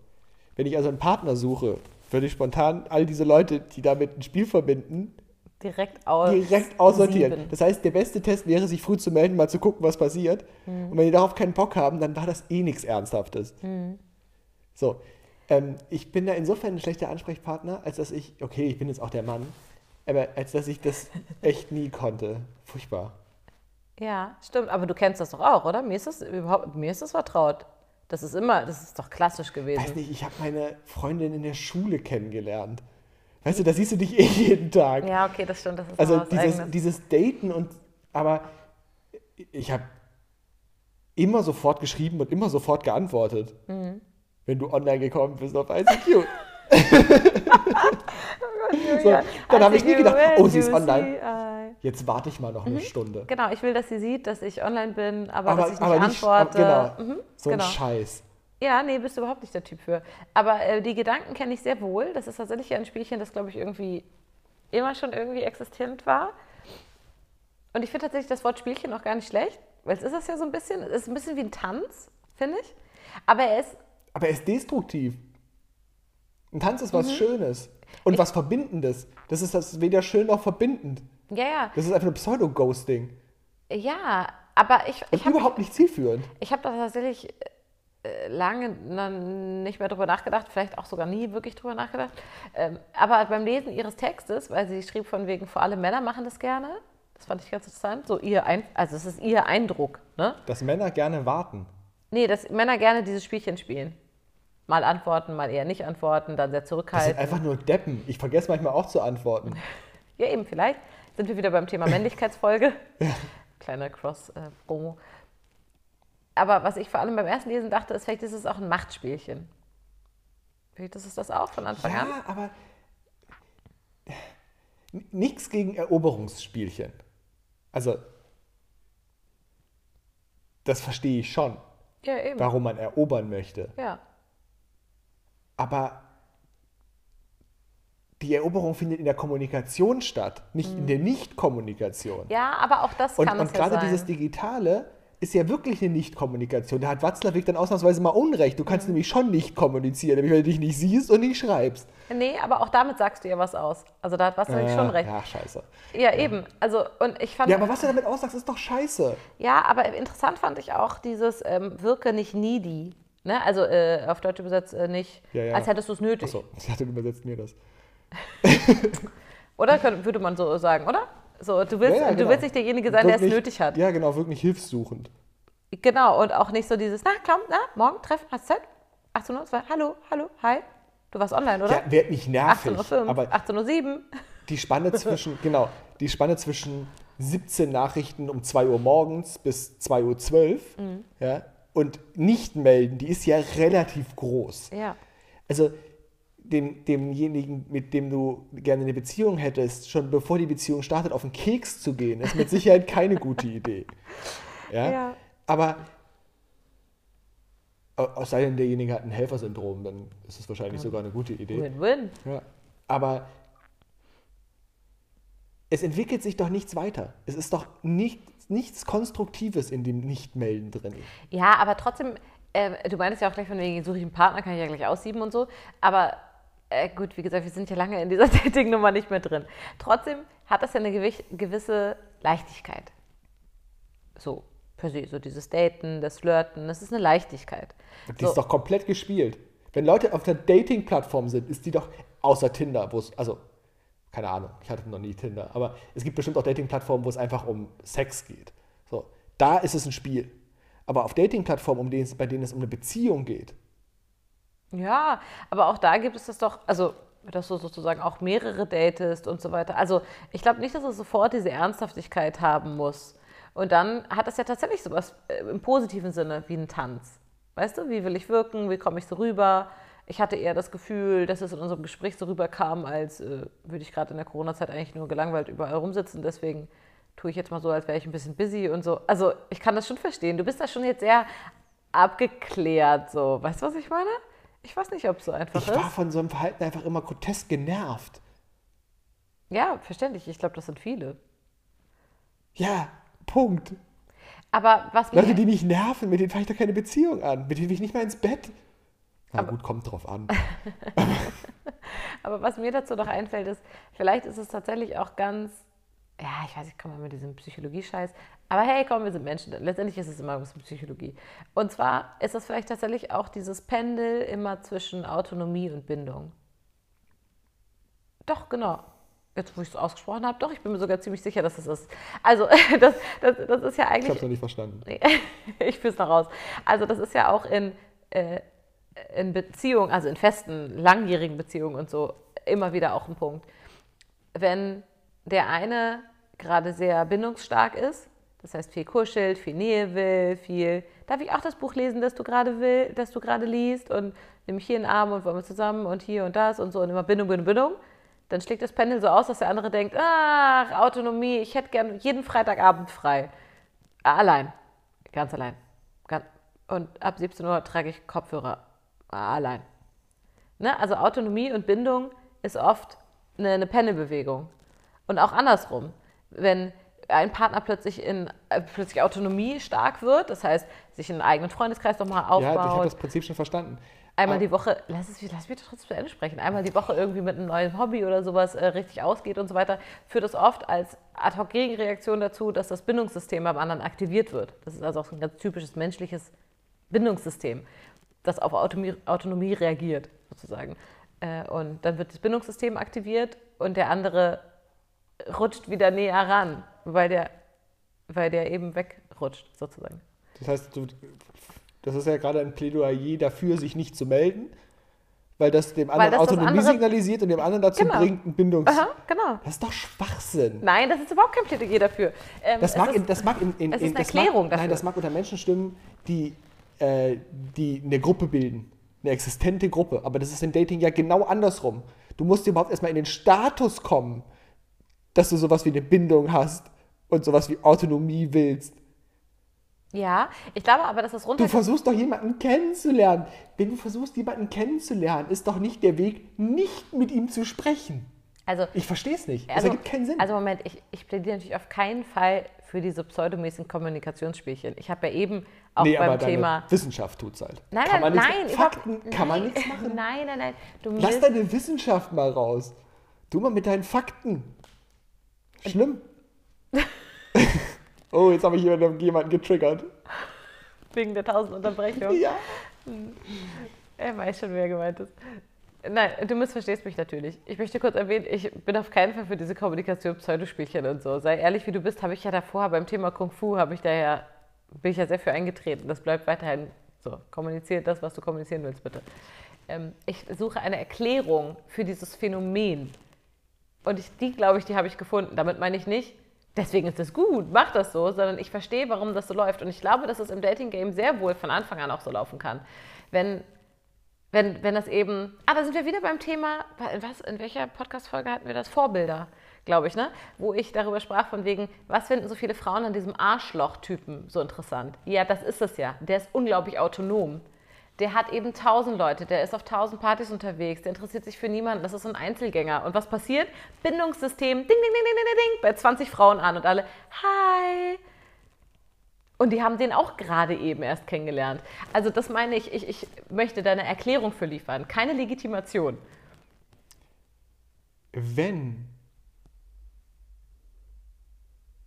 Speaker 4: Wenn ich also einen Partner suche, würde ich spontan all diese Leute, die damit ein Spiel verbinden,
Speaker 5: Direkt aus.
Speaker 4: direkt aussortieren.
Speaker 5: sieben.
Speaker 4: Das heißt, der beste Test wäre, sich früh zu melden, mal zu gucken, was passiert. Und wenn die darauf keinen Bock haben, dann war das eh nichts Ernsthaftes. So, ähm, ich bin da insofern ein schlechter Ansprechpartner, als dass ich, okay, ich bin jetzt auch der Mann, Aber als dass ich das echt nie konnte. Furchtbar.
Speaker 5: Ja, stimmt. Aber du kennst das doch auch, oder? Mir ist das überhaupt, mir ist das vertraut. Das ist immer, das ist doch klassisch
Speaker 4: Weiß
Speaker 5: gewesen.
Speaker 4: nicht, ich habe meine Freundin in der Schule kennengelernt. Weißt du, da siehst du dich eh jeden Tag.
Speaker 5: Ja, okay, das stimmt. Das ist
Speaker 4: Also
Speaker 5: noch was
Speaker 4: dieses,
Speaker 5: Eigenes.
Speaker 4: dieses Daten und aber ich habe immer sofort geschrieben und immer sofort geantwortet.
Speaker 5: Mhm.
Speaker 4: Wenn du online gekommen bist auf ICQ.
Speaker 5: Oh
Speaker 4: so,
Speaker 5: Ja,
Speaker 4: dann habe
Speaker 5: I
Speaker 4: ich nie
Speaker 5: see you
Speaker 4: gedacht,
Speaker 5: when
Speaker 4: oh, sie ist
Speaker 5: you
Speaker 4: online.
Speaker 5: see I.
Speaker 4: Jetzt warte ich mal noch eine Stunde.
Speaker 5: Genau, ich will, dass sie sieht, dass ich online bin, aber,
Speaker 4: Aber,
Speaker 5: dass ich nicht
Speaker 4: aber nicht, aber
Speaker 5: antworte.
Speaker 4: genau,
Speaker 5: Mhm,
Speaker 4: so ein
Speaker 5: genau.
Speaker 4: Scheiß.
Speaker 5: Ja, nee, bist du überhaupt nicht der Typ für. Aber äh, die Gedanken kenne ich sehr wohl. Das ist tatsächlich ein Spielchen, das, glaube ich, irgendwie immer schon irgendwie existent war. Und ich finde tatsächlich das Wort Spielchen auch gar nicht schlecht, weil es ist es ja so ein bisschen, es ist ein bisschen wie ein Tanz, finde ich. Aber er ist,
Speaker 4: Aber er ist destruktiv. Ein Tanz ist
Speaker 5: Mhm.
Speaker 4: was Schönes und was Verbindendes. Das ist das weder schön noch verbindend.
Speaker 5: ja, ja,
Speaker 4: Das ist einfach nur Pseudo-Ghosting.
Speaker 5: ja, aber ich, ich
Speaker 4: Und
Speaker 5: habe
Speaker 4: überhaupt nicht zielführend.
Speaker 5: Ich habe da tatsächlich äh, lange na- nicht mehr drüber nachgedacht, vielleicht auch sogar nie wirklich drüber nachgedacht. Ähm, aber beim Lesen ihres Textes, weil sie schrieb von wegen, vor allem Männer machen das gerne, das fand ich ganz interessant, so ihr Ein also es ist ihr Eindruck, ne?
Speaker 4: Dass Männer gerne warten.
Speaker 5: Nee, dass Männer gerne dieses Spielchen spielen. Mal antworten, mal eher nicht antworten, dann sehr
Speaker 4: Das sind
Speaker 5: zurückhaltend.
Speaker 4: einfach nur Deppen. Ich vergesse manchmal auch zu antworten.
Speaker 5: Ja, eben, vielleicht sind wir wieder beim Thema Männlichkeitsfolge. Kleiner Cross-Promo. Aber was ich vor allem beim ersten Lesen dachte, ist, vielleicht ist es auch ein Machtspielchen. Vielleicht ist es das auch von Anfang an.
Speaker 4: Ja, aber nichts gegen Eroberungsspielchen. Also, das verstehe ich schon,
Speaker 5: Ja, eben.
Speaker 4: warum man erobern möchte.
Speaker 5: Ja.
Speaker 4: Aber die Eroberung findet in der Kommunikation statt, nicht in der Nicht-Kommunikation.
Speaker 5: ja, aber auch das
Speaker 4: Und,
Speaker 5: kann
Speaker 4: und
Speaker 5: es ja
Speaker 4: gerade
Speaker 5: sein.
Speaker 4: dieses Digitale ist ja wirklich eine Nicht-Kommunikation. Da hat Watzlawick dann ausnahmsweise mal Unrecht. Du
Speaker 5: Mhm.
Speaker 4: kannst nämlich schon nicht kommunizieren, nämlich wenn du dich nicht siehst und nicht schreibst.
Speaker 5: nee, aber auch damit sagst du ja was aus. Also da hat was nämlich schon
Speaker 4: Ah,
Speaker 5: recht.
Speaker 4: Ja, scheiße.
Speaker 5: Ja, eben. Also, und ich fand
Speaker 4: Ja, aber was du damit aussagst, ist doch scheiße.
Speaker 5: Ja, aber interessant fand ich auch dieses ähm, Wirke nicht needy. Ne? Also äh, auf Deutsch übersetzt äh, nicht,
Speaker 4: Ja, ja.
Speaker 5: als hättest du es nötig.
Speaker 4: Achso, ich dachte, du übersetzt mir das.
Speaker 5: Oder könnte, würde man so sagen, oder? So, du willst,
Speaker 4: Ja, ja,
Speaker 5: du
Speaker 4: genau.
Speaker 5: willst nicht derjenige sein, der es
Speaker 4: Wirklich-
Speaker 5: nötig hat.
Speaker 4: Ja, genau, wirklich hilfssuchend.
Speaker 5: Genau, und auch nicht so dieses, na komm, na, morgen treffen, hast Zeit? 18 Uhr, zwei, hallo, hallo, hi. Du warst online, oder?
Speaker 4: Ja, wird nicht nervig.
Speaker 5: 18.05 Uhr,
Speaker 4: Aber
Speaker 5: 18.07 Uhr.
Speaker 4: die Spanne zwischen, genau, die Spanne zwischen 17 Nachrichten um 2 Uhr morgens bis 2 Uhr 12
Speaker 5: Mhm.
Speaker 4: ja, und nicht melden, die ist ja relativ groß.
Speaker 5: Ja.
Speaker 4: Also dem, demjenigen, mit dem du gerne eine Beziehung hättest, schon bevor die Beziehung startet, auf den Keks zu gehen, ist mit Sicherheit keine gute Idee. Ja?
Speaker 5: Ja.
Speaker 4: Aber au- es sei denn, derjenige hat ein Helfersyndrom, dann ist es wahrscheinlich sogar eine gute Idee.
Speaker 5: Win-win.
Speaker 4: Ja. Aber es entwickelt sich doch nichts weiter. Es ist doch nicht, nichts Konstruktives in dem Nicht-Melden drin.
Speaker 5: Ja, aber trotzdem, ähm, du meinst ja auch gleich, von wegen suche ich einen Partner, kann ich ja gleich aussieben und so. Aber äh, gut, wie gesagt, wir sind ja lange in dieser Dating-Nummer nicht mehr drin. Trotzdem hat das ja eine gewich- gewisse Leichtigkeit. So, per se, so dieses Daten, das Flirten, das ist eine Leichtigkeit.
Speaker 4: Die
Speaker 5: so,
Speaker 4: ist doch komplett gespielt. Wenn Leute auf einer Dating-Plattform sind, ist die doch außer Tinder, wo es, also, keine Ahnung, ich hatte noch nie Tinder, aber es gibt bestimmt auch Dating-Plattformen, wo es einfach um Sex geht. So, da ist es ein Spiel. Aber auf Dating-Plattformen, um denen es- bei denen es um eine Beziehung geht,
Speaker 5: Ja, aber auch da gibt es das doch, also dass du sozusagen auch mehrere datest und so weiter. Also ich glaube nicht, dass es sofort diese Ernsthaftigkeit haben muss. Und dann hat das ja tatsächlich sowas äh, im positiven Sinne wie einen Tanz. Weißt du, wie will ich wirken, wie komme ich so rüber? Ich hatte eher das Gefühl, dass es in unserem Gespräch so rüberkam, als äh, würde ich gerade in der Corona-Zeit eigentlich nur gelangweilt überall rumsitzen. Deswegen tue ich jetzt mal so, als wäre ich ein bisschen busy und so. Also ich kann das schon verstehen. Du bist da schon jetzt sehr abgeklärt, so. Weißt du, was ich meine? Ich weiß nicht, ob es so einfach
Speaker 4: ich
Speaker 5: ist.
Speaker 4: war von so einem Verhalten einfach immer grotesk genervt.
Speaker 5: Ja, verständlich. Ich glaube, das sind viele.
Speaker 4: Ja, Punkt.
Speaker 5: Aber was
Speaker 4: Leute,
Speaker 5: mich,
Speaker 4: die mich nerven, mit denen fange ich doch keine Beziehung an. Mit denen will ich nicht mal ins Bett. Na gut, kommt drauf an.
Speaker 5: aber was mir dazu noch einfällt, ist, vielleicht ist es tatsächlich auch ganz, ja, ich weiß, ich komme immer mit diesem Psychologie-Scheiß, aber hey, komm, wir sind Menschen. Letztendlich ist es immer ein bisschen Psychologie. Und zwar ist es vielleicht tatsächlich auch dieses Pendel immer zwischen Autonomie und Bindung. Doch, genau. Jetzt, wo ich es ausgesprochen habe, doch, ich bin mir sogar ziemlich sicher, dass es ist. Also, das, das, das ist ja
Speaker 4: Ich
Speaker 5: eigentlich.
Speaker 4: hab's noch nicht verstanden.
Speaker 5: ich führ's noch raus. Also das ist ja auch in, äh, in Beziehungen, also in festen, langjährigen Beziehungen und so, immer wieder auch ein Punkt. Wenn der eine gerade sehr bindungsstark ist, das heißt viel kuschelt, viel Nähe will, viel, darf ich auch das Buch lesen, das du gerade will, das du gerade liest und nimm mich hier in den Arm und wollen wir zusammen und hier und das und so und immer Bindung, Bindung, Bindung. Dann schlägt das Pendel so aus, dass der andere denkt, ach, Autonomie, ich hätte gern jeden Freitagabend frei. Allein. Ganz allein. Gan- Und ab 17 Uhr trage ich Kopfhörer. Allein. Ne? Also Autonomie und Bindung ist oft eine, eine Pendelbewegung. Und auch andersrum. Wenn ein Partner plötzlich, in, äh, plötzlich Autonomie stark wird, das heißt, sich einen eigenen Freundeskreis nochmal
Speaker 4: Ja, ich habe
Speaker 5: aufbaut,
Speaker 4: das Prinzip schon verstanden. Ah,
Speaker 5: einmal
Speaker 4: aber-
Speaker 5: die Woche, lass, es, lass mich doch trotzdem zu Ende sprechen, einmal die Woche irgendwie mit einem neuen Hobby oder sowas äh, richtig ausgeht und so weiter, führt das oft als Ad-Hoc-Gegenreaktion dazu, dass das Bindungssystem beim anderen aktiviert wird. Das ist also auch so ein ganz typisches menschliches Bindungssystem, das auf Autonomie, Autonomie reagiert, sozusagen. Äh, Und dann wird das Bindungssystem aktiviert und der andere rutscht wieder näher ran, weil der, weil der eben wegrutscht, sozusagen.
Speaker 4: Das heißt, du, das ist ja gerade ein Plädoyer dafür, sich nicht zu melden, weil das dem
Speaker 5: Weil
Speaker 4: anderen
Speaker 5: das das
Speaker 4: Autonomie
Speaker 5: andere-
Speaker 4: signalisiert und dem anderen dazu
Speaker 5: Genau.
Speaker 4: bringt, ein Bindungs...
Speaker 5: Aha, genau.
Speaker 4: Das ist doch Schwachsinn.
Speaker 5: Nein, das ist überhaupt kein Plädoyer dafür. Ähm,
Speaker 4: Das
Speaker 5: es
Speaker 4: mag,
Speaker 5: ist-
Speaker 4: in, das mag in, in,
Speaker 5: es ist
Speaker 4: in
Speaker 5: eine
Speaker 4: das mag,
Speaker 5: Erklärung dafür.
Speaker 4: Nein, das mag unter Menschen stimmen, die, äh, die eine Gruppe bilden. Eine existente Gruppe. Aber das ist im Dating ja genau andersrum. Du musst überhaupt erstmal in den Status kommen, dass du sowas wie eine Bindung hast und sowas wie Autonomie willst.
Speaker 5: Ja, ich glaube aber, dass das
Speaker 4: Du
Speaker 5: runter.
Speaker 4: versuchst doch jemanden kennenzulernen. Wenn du versuchst, jemanden kennenzulernen, ist doch nicht der Weg, nicht mit ihm zu sprechen.
Speaker 5: Also,
Speaker 4: Ich verstehe es nicht. Das
Speaker 5: also,
Speaker 4: ergibt keinen Sinn.
Speaker 5: also Moment, ich, ich plädiere natürlich auf keinen Fall für diese pseudomäßigen Kommunikationsspielchen. Ich habe ja eben auch
Speaker 4: nee, aber
Speaker 5: beim
Speaker 4: deine
Speaker 5: Thema.
Speaker 4: Wissenschaft tut's halt.
Speaker 5: Nein,
Speaker 4: kann man
Speaker 5: nein,
Speaker 4: nichts-
Speaker 5: nein, überhaupt-
Speaker 4: Fakten kann man
Speaker 5: nein,
Speaker 4: nichts machen.
Speaker 5: Nein, nein, nein. Du
Speaker 4: Lass
Speaker 5: müsst,
Speaker 4: deine Wissenschaft mal raus. Du mal mit deinen Fakten. Schlimm. oh, jetzt habe ich jemanden, jemanden getriggert.
Speaker 5: wegen der tausend Unterbrechungen.
Speaker 4: Ja.
Speaker 5: Er weiß schon, wer gemeint ist. Nein, du missverstehst mich natürlich. Ich möchte kurz erwähnen, ich bin auf keinen Fall für diese Kommunikation Pseudospielchen und so. Sei ehrlich, wie du bist, habe ich ja davor beim Thema Kung Fu habe ich daher bin ich ja sehr für eingetreten. Das bleibt weiterhin so. Kommuniziere das, was du kommunizieren willst, bitte. Ähm, ich suche eine Erklärung für dieses Phänomen. Und ich, die, glaube ich, die habe ich gefunden. Damit meine ich nicht, deswegen ist es gut, mach das so, sondern ich verstehe, warum das so läuft. Und ich glaube, dass es im Dating-Game sehr wohl von Anfang an auch so laufen kann. Wenn, wenn, wenn das eben. Ah, da sind wir wieder beim Thema, in, was, in welcher Podcast-Folge hatten wir das? Vorbilder, glaube ich, ne? Wo ich darüber sprach, von wegen, was finden so viele Frauen an diesem Arschloch-Typen so interessant? Ja, das ist es ja. Der ist unglaublich autonom. Der hat eben tausend Leute, der ist auf tausend Partys unterwegs, der interessiert sich für niemanden, das ist so ein Einzelgänger. Und was passiert? Bindungssystem, ding, ding, ding, ding, ding, ding, ding, bei 20 Frauen an und alle, hi. Und die haben den auch gerade eben erst kennengelernt. Also das meine ich, ich, ich möchte da eine Erklärung für liefern, keine Legitimation.
Speaker 4: Wenn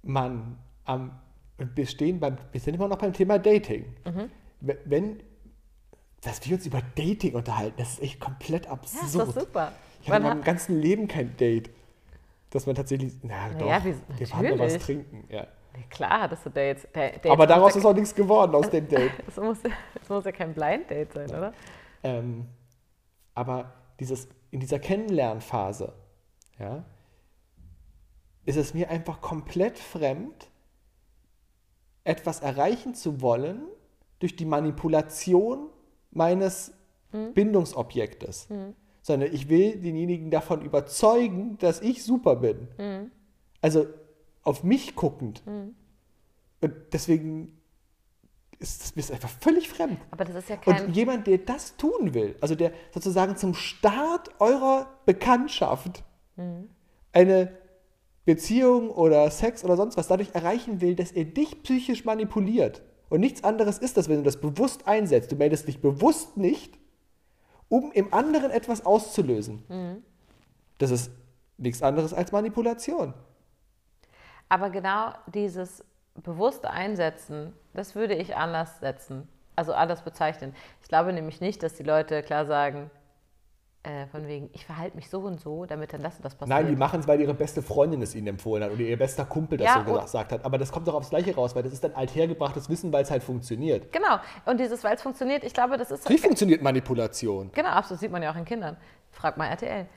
Speaker 4: man am wir stehen beim wir sind immer noch beim Thema Dating.
Speaker 5: Mhm.
Speaker 4: We- Wenn dass wir uns über Dating unterhalten, das ist echt komplett
Speaker 5: Ja, ist
Speaker 4: absurd.
Speaker 5: doch super.
Speaker 4: Ich hatte in
Speaker 5: Man
Speaker 4: meinem ganzen Leben kein Date. Dass man tatsächlich. Na doch,
Speaker 5: ja, wir-
Speaker 4: wir waren nur was
Speaker 5: natürlich.
Speaker 4: trinken, ja.
Speaker 5: hat- klar hattest du Dates. Da- Dates
Speaker 4: Aber daraus
Speaker 5: muss
Speaker 4: ist auch nichts geworden aus dem Date.
Speaker 5: ja, es muss, es muss ja kein Blind Date sein, oder?
Speaker 4: Ähm, aber dieses, in dieser Kennenlernphase, ja, ist es mir einfach komplett fremd, etwas erreichen zu wollen durch die Manipulation meines Bindungsobjektes. Sondern ich will denjenigen davon überzeugen, dass ich super bin. Also auf mich guckend. Und deswegen ist es mir ist einfach völlig fremd.
Speaker 5: Aber das ist ja kein.
Speaker 4: Und jemand, der das tun will, also der sozusagen zum Start eurer Bekanntschaft eine Beziehung oder Sex oder sonst was dadurch erreichen will, dass er dich psychisch manipuliert. Und nichts anderes ist das, wenn du das bewusst einsetzt. Du meldest dich bewusst nicht, um im anderen etwas auszulösen. Das ist nichts anderes als Manipulation.
Speaker 5: Aber genau dieses bewusste Einsetzen, das würde ich anders setzen, also anders bezeichnen. Ich glaube nämlich nicht, dass die Leute klar sagen, Äh, von wegen, ich verhalte mich so und so, damit dann das und das passiert.
Speaker 4: Nein, die machen es, weil ihre beste Freundin es ihnen empfohlen hat oder ihr bester Kumpel das
Speaker 5: Ja,
Speaker 4: so
Speaker 5: und-
Speaker 4: gesagt hat. Aber das kommt doch aufs Gleiche raus, weil das ist dann althergebrachtes Wissen, weil es halt funktioniert.
Speaker 5: Genau. Und dieses, weil es funktioniert, ich glaube, das ist.
Speaker 4: Wie funktioniert Manipulation?
Speaker 5: Genau, absolut. Sieht man ja auch in Kindern. Frag mal RTL.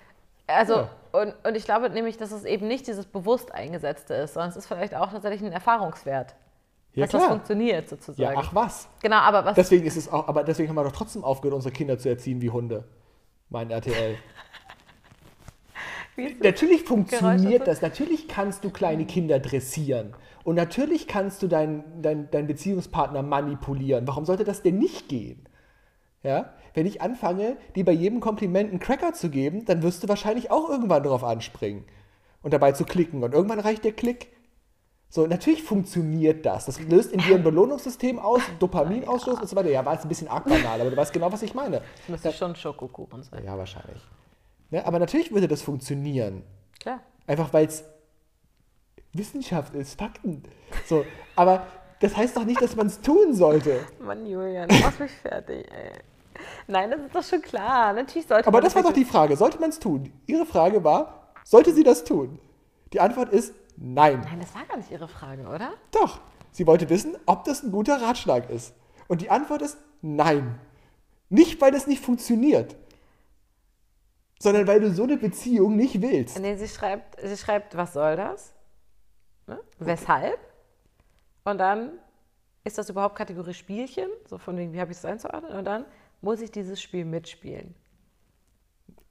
Speaker 5: Also,
Speaker 4: Ja.
Speaker 5: und, und ich glaube nämlich, dass es eben nicht dieses bewusst eingesetzte ist, sondern es ist vielleicht auch tatsächlich ein Erfahrungswert,
Speaker 4: Ja,
Speaker 5: dass das funktioniert sozusagen.
Speaker 4: Ja, ach was.
Speaker 5: Genau, aber was.
Speaker 4: Deswegen ist es auch, aber deswegen haben wir doch trotzdem aufgehört, unsere Kinder zu erziehen wie Hunde. Mein RTL.
Speaker 5: Wie ist das?
Speaker 4: Natürlich
Speaker 5: Geräusch
Speaker 4: funktioniert das.
Speaker 5: dazu?
Speaker 4: Natürlich kannst du kleine Kinder dressieren. Und natürlich kannst du deinen dein, dein Beziehungspartner manipulieren. Warum sollte das denn nicht gehen? Ja? Wenn ich anfange, dir bei jedem Kompliment einen Cracker zu geben, dann wirst du wahrscheinlich auch irgendwann darauf anspringen und dabei zu klicken. Und irgendwann reicht der Klick. So, natürlich funktioniert das. Das löst in dir ein Belohnungssystem aus, Dopaminausstoß und so weiter. Ja, war jetzt ein bisschen arg banal, aber du weißt genau, was ich meine.
Speaker 5: Das müsste schon Schokokuchen sein.
Speaker 4: Ja, wahrscheinlich. Ne? Aber natürlich würde das funktionieren.
Speaker 5: Klar.
Speaker 4: Einfach weil es Wissenschaft ist, Fakten. So, aber das heißt doch nicht, dass man es tun sollte.
Speaker 5: Mann, Julian, du machst mich fertig, ey. Nein, das ist doch schon klar. Natürlich sollte
Speaker 4: Aber
Speaker 5: man
Speaker 4: das war doch die Frage, sollte man es tun? Ihre Frage war, sollte sie das tun? Die Antwort ist nein.
Speaker 5: Nein, das war gar nicht Ihre Frage, oder?
Speaker 4: Doch. Sie wollte wissen, ob das ein guter Ratschlag ist. Und die Antwort ist nein. Nicht, weil das nicht funktioniert, sondern weil du so eine Beziehung nicht willst.
Speaker 5: Nee, sie schreibt, sie schreibt, was soll das? Ne? Weshalb? Und dann ist das überhaupt Kategorie Spielchen, so von wegen, wie habe ich es einzuordnen? Und dann muss ich dieses Spiel mitspielen.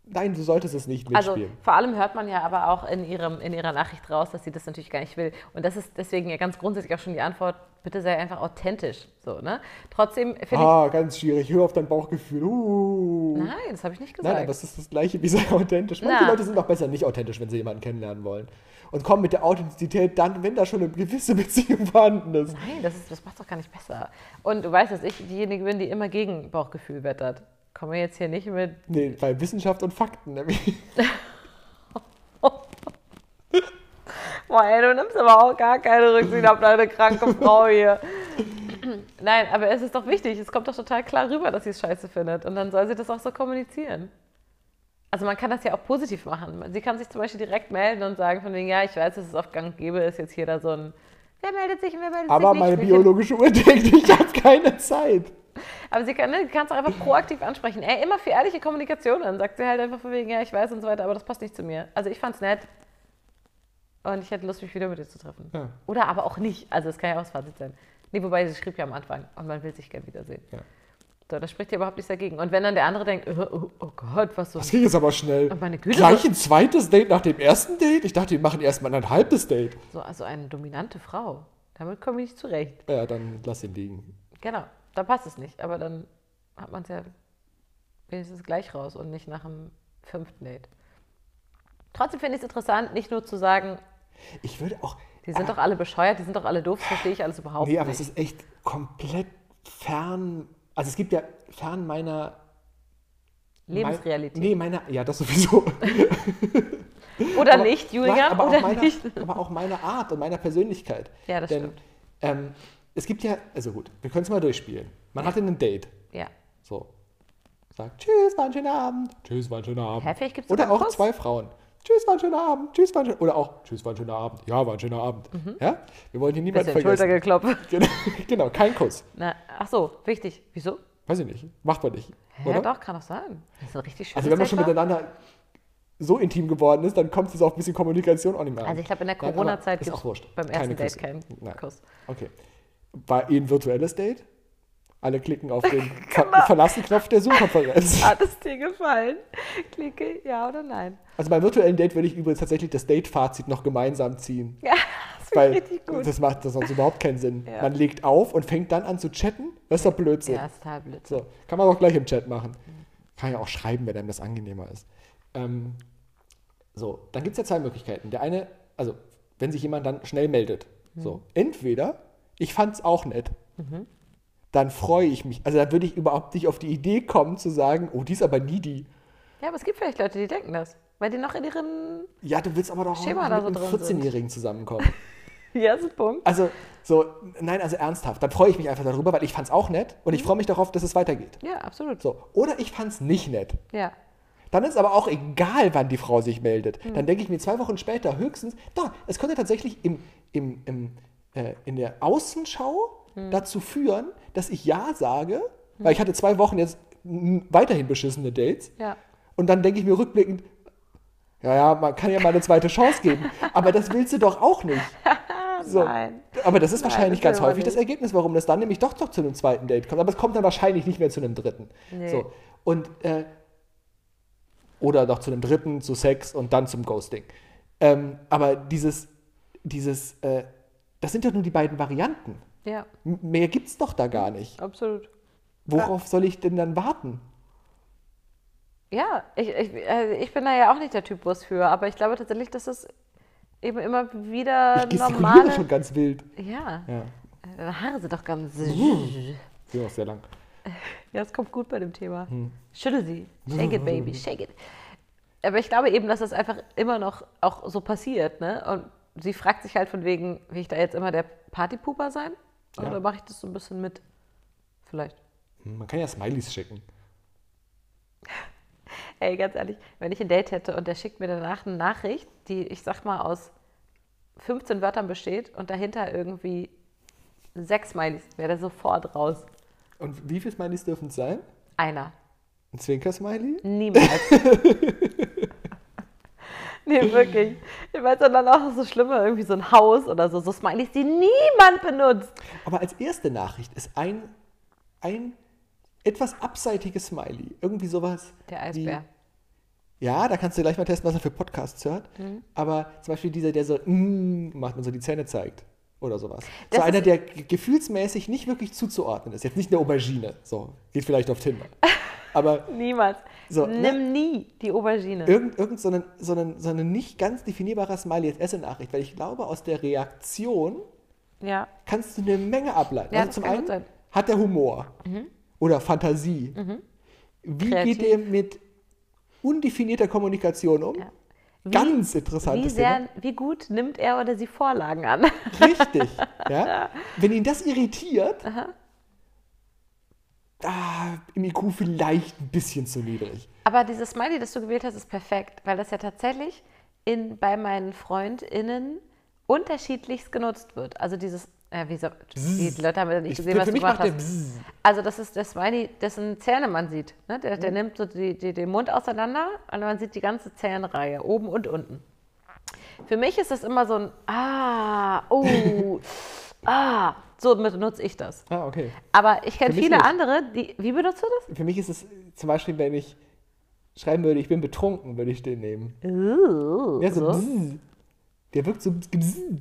Speaker 4: Nein, du solltest es nicht
Speaker 5: Also
Speaker 4: mitspielen.
Speaker 5: vor allem hört man ja aber auch in, ihrem, in ihrer Nachricht raus, dass sie das natürlich gar nicht will. Und das ist deswegen ja ganz grundsätzlich auch schon die Antwort, bitte sei einfach authentisch. So, ne? Trotzdem finde
Speaker 4: ah, ganz schwierig. Hör auf dein Bauchgefühl. Uh.
Speaker 5: ich. Nein, das habe ich nicht gesagt.
Speaker 4: Nein, aber das ist das Gleiche wie sei authentisch. Manche
Speaker 5: Na.
Speaker 4: Leute sind doch besser nicht authentisch, wenn sie jemanden kennenlernen wollen. Und kommen mit der Authentizität dann, wenn da schon eine gewisse Beziehung vorhanden ist.
Speaker 5: Nein, das, ist, das macht doch gar nicht besser. Und du weißt, dass ich diejenige bin, die immer gegen Bauchgefühl wettert. Kommen wir jetzt hier nicht mit.
Speaker 4: Nee, bei Wissenschaft und Fakten. ne? Nämlich.
Speaker 5: Boah, ey, du nimmst aber auch gar keine Rücksicht auf deine kranke Frau hier. Nein, aber es ist doch wichtig. Es kommt doch total klar rüber, dass sie es scheiße findet. Und dann soll sie das auch so kommunizieren. Also man kann das ja auch positiv machen. Sie kann sich zum Beispiel direkt melden und sagen von wegen, ja, ich weiß, dass es oft gang und gäbe ist, jetzt hier da so ein, wer meldet sich und wer meldet
Speaker 4: Aber
Speaker 5: sich nicht.
Speaker 4: meine
Speaker 5: Spielchen.
Speaker 4: biologische Uhr denkt, ich habe keine Zeit.
Speaker 5: Aber sie kann, ne, kannst auch einfach proaktiv ansprechen. Ey, immer für ehrliche Kommunikation. Dann sagt sie halt einfach von wegen, ja, ich weiß und so weiter, aber das passt nicht zu mir. Also ich fand's nett. Und ich hätte Lust, mich wieder mit dir zu treffen.
Speaker 4: Ja.
Speaker 5: Oder aber auch nicht. Also das kann ja auch das Fazit sein. Nee, wobei sie schrieb ja am Anfang und man will sich gern wiedersehen.
Speaker 4: Ja.
Speaker 5: So, das spricht ja überhaupt nichts dagegen. Und wenn dann der andere denkt, oh, oh, oh Gott, was so.
Speaker 4: Das ging jetzt aber schnell.
Speaker 5: Und meine Güte,
Speaker 4: Gleich
Speaker 5: so-
Speaker 4: ein zweites Date nach dem ersten Date? Ich dachte, wir machen erstmal ein halbes Date.
Speaker 5: So, also eine dominante Frau. Damit komme ich nicht zurecht.
Speaker 4: Ja, dann lass ihn liegen.
Speaker 5: Genau, da passt es nicht. Aber dann hat man es ja wenigstens gleich raus und nicht nach dem fünften Date. Trotzdem finde ich es interessant, nicht nur zu sagen,
Speaker 4: Ich würde auch. Ah,
Speaker 5: die sind doch alle bescheuert, die sind doch alle doof, das verstehe ich alles überhaupt
Speaker 4: Nee, aber es
Speaker 5: nicht.
Speaker 4: ist echt komplett fern. Also es gibt ja fern meiner
Speaker 5: Lebensrealität.
Speaker 4: Mein, nee, meiner, ja, das sowieso.
Speaker 5: oder
Speaker 4: Aber-
Speaker 5: nicht,
Speaker 4: Nein,
Speaker 5: Julian,
Speaker 4: aber,
Speaker 5: oder
Speaker 4: auch meiner,
Speaker 5: nicht.
Speaker 4: aber auch meiner Art und meiner Persönlichkeit.
Speaker 5: Ja, das
Speaker 4: Denn,
Speaker 5: stimmt.
Speaker 4: Ähm, es gibt ja, also gut, wir können es mal durchspielen. Man hatte ein Date.
Speaker 5: Ja.
Speaker 4: So. Sagt, tschüss, war ein schöner Abend. Tschüss, war ein schöner Abend.
Speaker 5: Hä, vielleicht gibt's
Speaker 4: Oder
Speaker 5: sogar
Speaker 4: auch
Speaker 5: einen Kuss.
Speaker 4: zwei Frauen. Tschüss, war ein schöner Abend. Tschüss, war ein schöner Oder auch, tschüss, war ein schöner Abend. Ja, war ein schöner Abend.
Speaker 5: Mhm.
Speaker 4: Ja? Wir wollen hier niemanden
Speaker 5: Bisschen
Speaker 4: vergessen.
Speaker 5: Schultergeklopft.
Speaker 4: Genau, genau, kein Kuss.
Speaker 5: Na, ach so, wichtig. Wieso?
Speaker 4: Weiß ich nicht. Macht man nicht.
Speaker 5: Hä,
Speaker 4: oder?
Speaker 5: doch, kann doch sein. Das ist ein richtig schönes
Speaker 4: Also wenn man schon
Speaker 5: Date, doch.
Speaker 4: miteinander so intim geworden ist, dann kommt es auf ein bisschen Kommunikation auch nicht mehr an.
Speaker 5: Also ich glaube, in der
Speaker 4: Nein, aber
Speaker 5: Corona-Zeit
Speaker 4: ist
Speaker 5: gibt
Speaker 4: auch wurscht.
Speaker 5: es beim
Speaker 4: Keine
Speaker 5: ersten Date
Speaker 4: Küsse.
Speaker 5: keinen
Speaker 4: Nein.
Speaker 5: Kuss.
Speaker 4: Okay. War eh ein virtuelles Date. Alle klicken auf den
Speaker 5: Genau.
Speaker 4: Ver Verlassen-Knopf der Zoom-Konferenz.
Speaker 5: Hat es dir gefallen? Klicke ja oder nein.
Speaker 4: Also beim virtuellen Date würde ich übrigens tatsächlich das Date-Fazit noch gemeinsam ziehen.
Speaker 5: Ja, das finde ich
Speaker 4: Weil
Speaker 5: richtig gut.
Speaker 4: das macht das sonst überhaupt keinen Sinn.
Speaker 5: Ja.
Speaker 4: Man legt auf und fängt dann an zu chatten. Das ist doch Blödsinn.
Speaker 5: Ja, ist total blöd.
Speaker 4: So, kann man auch gleich im Chat machen. Kann ja auch schreiben, wenn einem das angenehmer ist. Ähm, so, dann gibt es ja zwei Möglichkeiten. Der eine, also wenn sich jemand dann schnell meldet.
Speaker 5: Mhm.
Speaker 4: So, entweder ich fand's auch nett, dann freue ich mich. Also dann würde ich überhaupt nicht auf die Idee kommen zu sagen, oh, die ist aber needy.
Speaker 5: Ja, aber es gibt vielleicht Leute, die denken das. Weil die noch in ihren.
Speaker 4: Ja, du willst aber doch auch
Speaker 5: Schema
Speaker 4: nicht
Speaker 5: da
Speaker 4: mit
Speaker 5: so
Speaker 4: einem
Speaker 5: drin sind.
Speaker 4: 14-Jährigen zusammenkommen.
Speaker 5: Ja, ist ein Punkt.
Speaker 4: Also, so, nein, also ernsthaft. Dann freue ich mich einfach darüber, weil ich
Speaker 5: Mhm.
Speaker 4: fand's auch nett und ich freue mich darauf, dass es weitergeht.
Speaker 5: Ja, absolut.
Speaker 4: So, oder ich fand's nicht nett.
Speaker 5: Ja.
Speaker 4: Dann ist aber auch egal, wann die Frau sich meldet. Dann denke ich mir zwei Wochen später höchstens, da, es könnte tatsächlich im, im, im, äh, in der Außenschau dazu führen, dass ich Ja sage, weil ich hatte zwei Wochen jetzt n- weiterhin beschissene Dates.
Speaker 5: Ja.
Speaker 4: Und dann denke ich mir rückblickend, ja, ja, man kann ja mal eine zweite Chance geben. Aber das willst du doch auch nicht. So.
Speaker 5: Nein.
Speaker 4: Aber das ist
Speaker 5: Nein,
Speaker 4: wahrscheinlich
Speaker 5: das will
Speaker 4: ganz
Speaker 5: man
Speaker 4: häufig das Ergebnis, warum das dann nämlich doch noch zu einem zweiten Date kommt. Aber es kommt dann wahrscheinlich nicht mehr zu einem dritten.
Speaker 5: Nee.
Speaker 4: So. Und, äh, oder noch zu einem dritten, zu Sex und dann zum Ghosting. Ähm, aber dieses, dieses, äh, das sind doch nur die beiden Varianten.
Speaker 5: Ja,
Speaker 4: M- Mehr gibt's doch da gar nicht.
Speaker 5: absolut.
Speaker 4: Worauf soll ich denn dann warten?
Speaker 5: Ja, ich, ich, also ich bin da ja auch nicht der Typus für, aber ich glaube tatsächlich, dass es eben immer wieder
Speaker 4: Ich gestikuliere
Speaker 5: Ähm, normale.
Speaker 4: schon ganz wild.
Speaker 5: Ja,
Speaker 4: Ja, Uh.
Speaker 5: deine Haare sind doch ganz.
Speaker 4: sind auch sehr lang.
Speaker 5: Ja, es kommt gut bei dem Thema. Schüttel sie. Shake it, baby, shake it. Aber ich glaube eben, dass das einfach immer noch auch so passiert. Ne? Und sie fragt sich halt von wegen, will ich da jetzt immer der Partypuper sein? Oder mache ich das so ein bisschen mit? Vielleicht.
Speaker 4: Hm, Man kann ja Smileys schicken.
Speaker 5: Ey, ganz ehrlich, wenn ich ein Date hätte und der schickt mir danach eine Nachricht, die, ich sag mal, aus 15 Wörtern besteht und dahinter irgendwie sechs Smileys, wäre der sofort raus.
Speaker 4: Und wie viele Smileys dürfen es sein?
Speaker 5: Einer.
Speaker 4: Ein Zwinker-Smiley?
Speaker 5: Niemals. nee, wirklich. Ich weiß dann auch so schlimmer, irgendwie so ein Haus oder so, so Smileys, die niemand benutzt.
Speaker 4: Aber als erste Nachricht ist ein, ein etwas abseitiges Smiley. Irgendwie sowas.
Speaker 5: Der Eisbär.
Speaker 4: Wie, ja, da kannst du gleich mal testen, was er für Podcasts hört.
Speaker 5: Mhm.
Speaker 4: Aber zum Beispiel dieser, der so mm, macht und so die Zähne zeigt. Oder sowas. so
Speaker 5: Das
Speaker 4: einer,
Speaker 5: ist-
Speaker 4: der ge- gefühlsmäßig nicht wirklich zuzuordnen ist. Jetzt nicht eine Aubergine. So, geht vielleicht auf Tinder. Aber
Speaker 5: Niemals.
Speaker 4: So, ne?
Speaker 5: Nimm nie die Aubergine.
Speaker 4: irgend, irgend so, einen, so, einen, so einen nicht ganz definierbarer Smiley als erste Nachricht. Weil ich glaube, aus der Reaktion
Speaker 5: Ja.
Speaker 4: kannst du eine Menge ableiten.
Speaker 5: Ja,
Speaker 4: also
Speaker 5: das
Speaker 4: zum
Speaker 5: kann gut
Speaker 4: einen
Speaker 5: sein. Mhm.
Speaker 4: hat er Humor oder Fantasie. Wie
Speaker 5: Kreativ.
Speaker 4: geht er mit undefinierter Kommunikation um?
Speaker 5: Ja.
Speaker 4: Ganz interessantes
Speaker 5: Wie, sehr, wie gut nimmt er oder sie Vorlagen an?
Speaker 4: Thema. Richtig. ja? Wenn ihn das irritiert, ah, im IQ vielleicht ein bisschen zu niedrig.
Speaker 5: Aber dieses Smiley, das du gewählt hast, ist perfekt, weil das ja tatsächlich in, bei meinen FreundInnen unterschiedlichst genutzt wird. Also dieses, äh, wie so, die Leute haben ja nicht
Speaker 4: Ich,
Speaker 5: gesehen, was
Speaker 4: für
Speaker 5: du
Speaker 4: mich
Speaker 5: gemacht
Speaker 4: macht der
Speaker 5: hast.
Speaker 4: Bzzz.
Speaker 5: Also das ist der Smiley, dessen Zähne man sieht. Ne? Der,
Speaker 4: Mhm.
Speaker 5: der nimmt so die, die, den Mund auseinander und man sieht die ganze Zähnreihe, oben und unten. Für mich ist das immer so ein Ah, oh, ah, so benutze ich das.
Speaker 4: Ah, okay.
Speaker 5: Aber ich kenne
Speaker 4: Für mich
Speaker 5: viele
Speaker 4: nicht.
Speaker 5: andere, die, wie benutzt du das?
Speaker 4: Für mich ist es zum Beispiel, wenn ich schreiben würde, ich bin betrunken, würde ich den nehmen.
Speaker 5: Uh,
Speaker 4: Ja, so. Bzzz. Der wirkt so. Bzzz. Weißt du?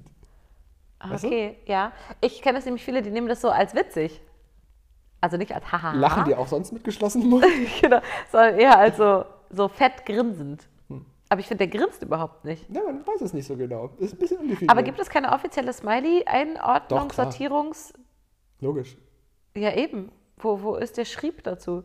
Speaker 5: Ah, Okay, ja. Ich kenne das nämlich viele, die nehmen das so als witzig. Also nicht als haha.
Speaker 4: Lachen die auch sonst mitgeschlossen muss?
Speaker 5: genau, sondern eher als so, so fett grinsend.
Speaker 4: Hm.
Speaker 5: Aber ich finde, der grinst überhaupt nicht.
Speaker 4: Ja, man weiß es nicht so genau. Ist ein bisschen undefiniert.
Speaker 5: Aber gibt es keine offizielle
Speaker 4: Doch,
Speaker 5: Smiley-Einordnung,
Speaker 4: klar.
Speaker 5: Sortierungs...
Speaker 4: Logisch.
Speaker 5: Ja, eben. Wo, wo ist der Schrieb dazu?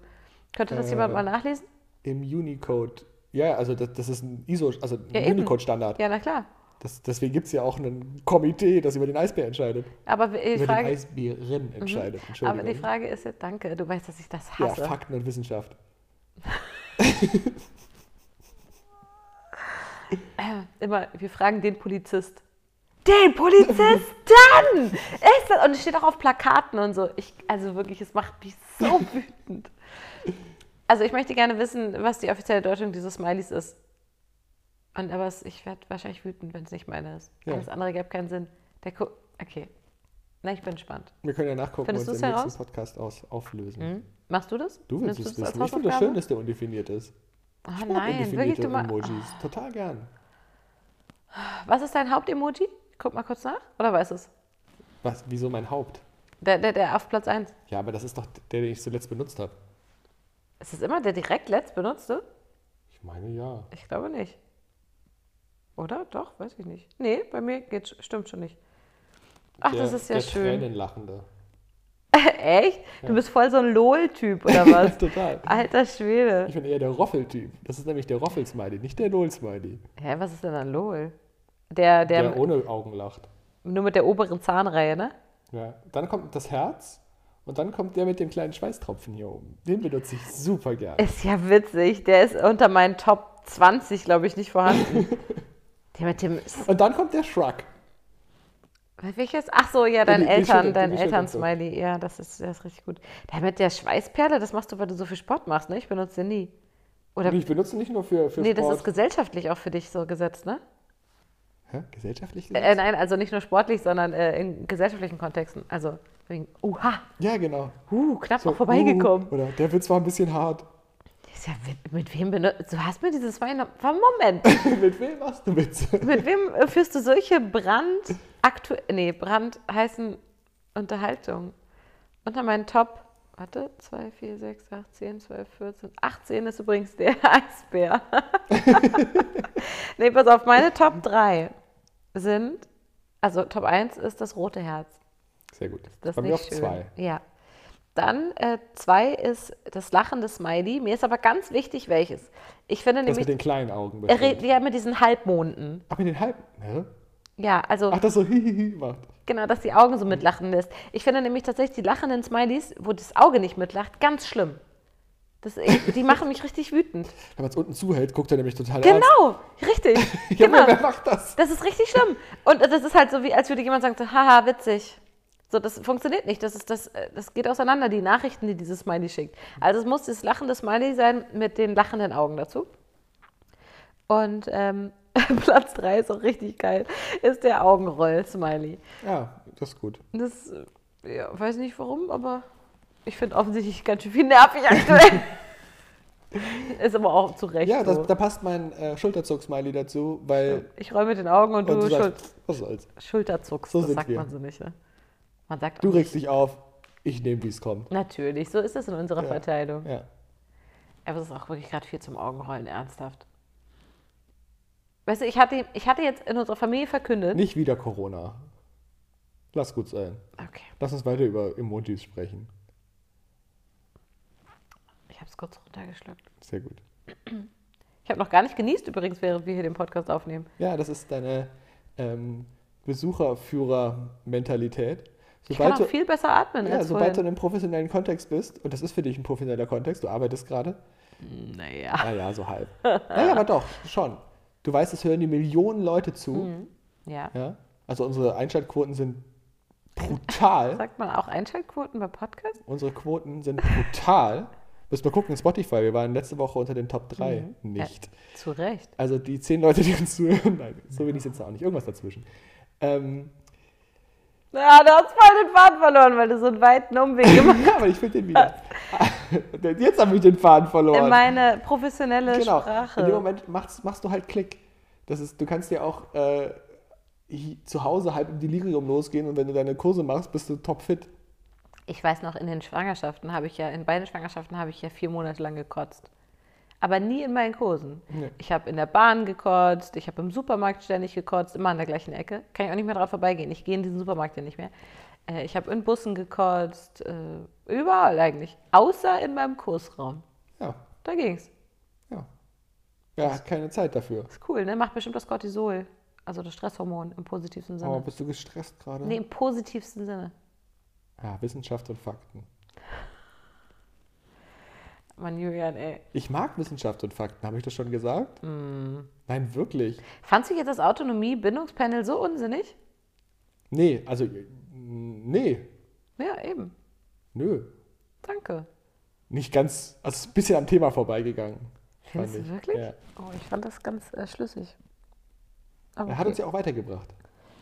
Speaker 5: Könnte das jemand
Speaker 4: Äh,
Speaker 5: mal nachlesen?
Speaker 4: Im Unicode. Ja, also das, das ist ein ISO, also ein
Speaker 5: Ja, eben.
Speaker 4: Unicode-Standard.
Speaker 5: Ja, na klar.
Speaker 4: Das, deswegen gibt es ja auch ein Komitee, das über den Eisbär entscheidet.
Speaker 5: Aber die
Speaker 4: über den
Speaker 5: Frage, Mhm.
Speaker 4: Eisbären entscheidet,
Speaker 5: aber
Speaker 4: Entschuldigung.
Speaker 5: die Frage ist ja, danke, du weißt, dass ich das
Speaker 4: ja,
Speaker 5: hasse.
Speaker 4: Fakten und Wissenschaft.
Speaker 5: Immer, wir fragen den Polizist. Den Polizisten! Echt? Und es steht auch auf Plakaten und so. Ich, also wirklich, es macht mich so wütend. Also ich möchte gerne wissen, was die offizielle Deutung dieses Smileys ist. Und aber es, ich werde wahrscheinlich wütend, wenn es nicht meine ist.
Speaker 4: Ja.
Speaker 5: Alles andere gäbe keinen Sinn. Der Ko okay. Na, ich bin gespannt.
Speaker 4: Wir können ja nachgucken
Speaker 5: Findest
Speaker 4: und
Speaker 5: du's
Speaker 4: im nächsten
Speaker 5: heraus?
Speaker 4: Podcast aus, auflösen.
Speaker 5: Machst du das?
Speaker 4: Du willst
Speaker 5: Nimmst
Speaker 4: es
Speaker 5: das
Speaker 4: wissen. Ich finde das schön, dass der undefiniert ist.
Speaker 5: Oh
Speaker 4: Ich mag
Speaker 5: nein, wirklich,
Speaker 4: undefinierte
Speaker 5: du mal.
Speaker 4: Emojis. Total gern.
Speaker 5: Was ist dein Hauptemoji? Guck mal kurz nach. Oder weißt du es?
Speaker 4: Was, wieso mein Haupt?
Speaker 5: Der, der, der auf Platz 1.
Speaker 4: Ja, aber das ist doch der, den ich zuletzt benutzt habe.
Speaker 5: Ist das immer der direkt letzt benutzte?
Speaker 4: Ich meine, ja.
Speaker 5: Ich glaube nicht. Oder? Doch, weiß ich nicht. Nee, bei mir geht's, stimmt schon nicht. Ach,
Speaker 4: der,
Speaker 5: das ist ja
Speaker 4: der
Speaker 5: schön.
Speaker 4: Tränenlachende.
Speaker 5: Echt? Du bist voll so ein LOL-Typ, oder was?
Speaker 4: Total.
Speaker 5: Alter Schwede.
Speaker 4: Ich bin eher der Roffel-Typ. Das ist nämlich der Roffel-Smiley, nicht der Null-Smiley.
Speaker 5: Hä, was ist denn ein LOL? Der, der,
Speaker 4: Der, ohne Augen lacht.
Speaker 5: nur mit der oberen Zahnreihe, ne?
Speaker 4: Ja. Dann kommt das Herz Und dann kommt der mit dem kleinen Schweißtropfen hier oben. Den benutze ich super gerne.
Speaker 5: Ist ja witzig. Der ist unter meinen Top 20, glaube ich, nicht vorhanden. der mit dem.
Speaker 4: Und dann kommt der Shrug.
Speaker 5: Welches? Ach so, ja, dein
Speaker 4: die- die
Speaker 5: Eltern,
Speaker 4: schüttelt-
Speaker 5: dein
Speaker 4: die schüttelt so.
Speaker 5: Eltern-Smiley. Ja, das ist, das ist richtig gut. Der mit der Schweißperle, das machst du, weil du so viel Sport machst, ne? Ich benutze den nie. Oder.
Speaker 4: Ich benutze ihn nicht nur für, für
Speaker 5: Nee, das ist
Speaker 4: Sport.
Speaker 5: gesellschaftlich auch für dich so gesetzt, ne?
Speaker 4: Hä? Gesellschaftlich gesehen?
Speaker 5: Äh, nein, also nicht nur sportlich, sondern äh, in gesellschaftlichen Kontexten. Also wegen, uha,
Speaker 4: ja, genau.
Speaker 5: uh, knapp
Speaker 4: So,
Speaker 5: noch vorbeigekommen.
Speaker 4: uh, oder der wird zwar ein bisschen hart.
Speaker 5: Ist ja, mit, mit wem benutzt du? hast mir dieses Weihnachten. Moment,
Speaker 4: mit wem machst du Witze?
Speaker 5: mit wem äh, führst du solche Brand aktu nee, Brand heißen Unterhaltung? Unter meinen Top, warte, 2, 4, 6, 8, 10, 12, 14, 18 ist übrigens der Eisbär. nee, pass auf, meine Top 3 sind, also Top 1 ist das rote Herz.
Speaker 4: Sehr gut.
Speaker 5: Das ist
Speaker 4: Bei mir
Speaker 5: nicht
Speaker 4: auf
Speaker 5: schön.
Speaker 4: zwei.
Speaker 5: Ja. Dann äh, zwei ist das lachende Smiley. Mir ist aber ganz wichtig, welches. Ich finde
Speaker 4: Das mit
Speaker 5: nämlich,
Speaker 4: den kleinen Augen.
Speaker 5: er redet
Speaker 4: bestimmt.
Speaker 5: ja mit diesen Halbmonden.
Speaker 4: Ach, mit den halben. Hä?
Speaker 5: Ja, also
Speaker 4: Ach, das so hihihi macht.
Speaker 5: genau, dass die Augen so mitlachen lässt. Ich finde nämlich tatsächlich die lachenden Smileys, wo das Auge nicht mitlacht, ganz schlimm. Das, ich, die machen mich richtig wütend.
Speaker 4: Wenn man es unten zuhält, guckt er nämlich total ernst.
Speaker 5: Genau, richtig.
Speaker 4: Ja,
Speaker 5: genau.
Speaker 4: aber wer macht das?
Speaker 5: Das ist richtig schlimm. Und das ist halt so, wie als würde jemand sagen, so, haha, witzig. So, das funktioniert nicht. Das, ist, das, äh, das geht auseinander, die Nachrichten, die dieses Smiley schickt. Also es muss das lachende Smiley sein mit den lachenden Augen dazu. Und ähm, Platz 3 ist auch richtig geil, ist der Augenroll-Smiley.
Speaker 4: Ja, das ist gut.
Speaker 5: Das, äh, ja, weiß nicht warum, aber ich finde offensichtlich ganz schön viel nervig aktuell. ist aber auch zu Recht
Speaker 4: Ja,
Speaker 5: so.
Speaker 4: das, da passt mein äh, Schulterzuck-Smiley dazu, weil.
Speaker 5: ich räume mit den Augen und,
Speaker 4: Und du
Speaker 5: du
Speaker 4: sagst, was soll's.
Speaker 5: Schulterzucks,
Speaker 4: So
Speaker 5: das
Speaker 4: sind
Speaker 5: sagt
Speaker 4: wir.
Speaker 5: man so nicht. Ne? Man sagt
Speaker 4: Du
Speaker 5: auch,
Speaker 4: regst dich auf, ich nehme, wie es kommt.
Speaker 5: natürlich, so ist es in unserer
Speaker 4: Ja.
Speaker 5: Verteilung.
Speaker 4: Ja.
Speaker 5: Aber es ist auch wirklich gerade viel zum Augenrollen, ernsthaft. Weißt du, ich hatte, ich hatte jetzt in unserer Familie verkündet.
Speaker 4: Nicht wieder Corona. Lass gut sein.
Speaker 5: Okay,
Speaker 4: Lass uns weiter über Emojis sprechen.
Speaker 5: ich habe es kurz runtergeschluckt.
Speaker 4: Sehr gut.
Speaker 5: Ich habe noch gar nicht genießt übrigens, während wir hier den Podcast aufnehmen.
Speaker 4: Ja, das ist deine ähm, Besucherführer-Mentalität.
Speaker 5: Ich kann
Speaker 4: Sobald du,
Speaker 5: auch viel besser atmen
Speaker 4: ja,
Speaker 5: als
Speaker 4: sobald du
Speaker 5: vorhin.
Speaker 4: in einem professionellen Kontext bist, und das ist für dich ein professioneller Kontext, du arbeitest gerade.
Speaker 5: Naja.
Speaker 4: Naja, so halb. naja, aber doch, schon. Du weißt, es hören die Millionen Leute zu.
Speaker 5: Hm. Ja.
Speaker 4: Ja? Also unsere Einschaltquoten sind brutal.
Speaker 5: Sagt man auch Einschaltquoten bei Podcasts?
Speaker 4: unsere Quoten sind brutal. Müssen wir gucken in Spotify. Wir waren letzte Woche unter den Top 3.
Speaker 5: Mhm.
Speaker 4: Nicht.
Speaker 5: Zu Recht.
Speaker 4: Also die zehn Leute, die uns zuhören, nein, so wenig sind es auch nicht. Irgendwas dazwischen. Ähm,
Speaker 5: Ja, du hast voll den Faden verloren, weil du so einen weiten Umweg gemacht
Speaker 4: ja, aber ich finde den wieder. Jetzt habe ich den Faden verloren.
Speaker 5: in meine professionelle
Speaker 4: genau.
Speaker 5: Sprache.
Speaker 4: In dem Moment machst, machst du halt Klick. Das ist, du kannst ja auch äh, hi- zu Hause halb im Delirium losgehen und wenn du deine Kurse machst, bist du topfit.
Speaker 5: Ich weiß noch, in den Schwangerschaften habe ich ja, in beiden Schwangerschaften habe ich ja vier Monate lang gekotzt. Aber nie in meinen Kursen.
Speaker 4: Nee.
Speaker 5: Ich habe in der Bahn gekotzt, ich habe im Supermarkt ständig gekotzt, immer an der gleichen Ecke. Kann ich auch nicht mehr drauf vorbeigehen. Ich gehe in diesen Supermarkt ja nicht mehr. Äh, Ich habe in Bussen gekotzt, äh, überall eigentlich. Außer in meinem Kursraum.
Speaker 4: Ja,
Speaker 5: Da ging's.
Speaker 4: ja. Ja, hat keine Zeit dafür.
Speaker 5: Ist cool, ne? Macht bestimmt das Cortisol. Also das Stresshormon im positivsten Sinne.
Speaker 4: Oh, bist du gestresst gerade?
Speaker 5: Nee, im positivsten Sinne.
Speaker 4: Ja, Wissenschaft und Fakten.
Speaker 5: Mann, Julian, ey.
Speaker 4: Ich mag Wissenschaft und Fakten, habe ich das schon gesagt?
Speaker 5: Mhm.
Speaker 4: Nein, wirklich.
Speaker 5: Fandst du jetzt das Autonomie-Bindungspanel so unsinnig?
Speaker 4: Nee, also, nee,
Speaker 5: Ja, eben.
Speaker 4: nö.
Speaker 5: Danke.
Speaker 4: Nicht ganz, also es ist ein bisschen am Thema vorbeigegangen. fand
Speaker 5: Findest du
Speaker 4: ich.
Speaker 5: wirklich?
Speaker 4: Ja.
Speaker 5: Oh, ich fand das ganz äh, schlüssig. Aber
Speaker 4: Er hat uns
Speaker 5: okay.
Speaker 4: ja auch weitergebracht.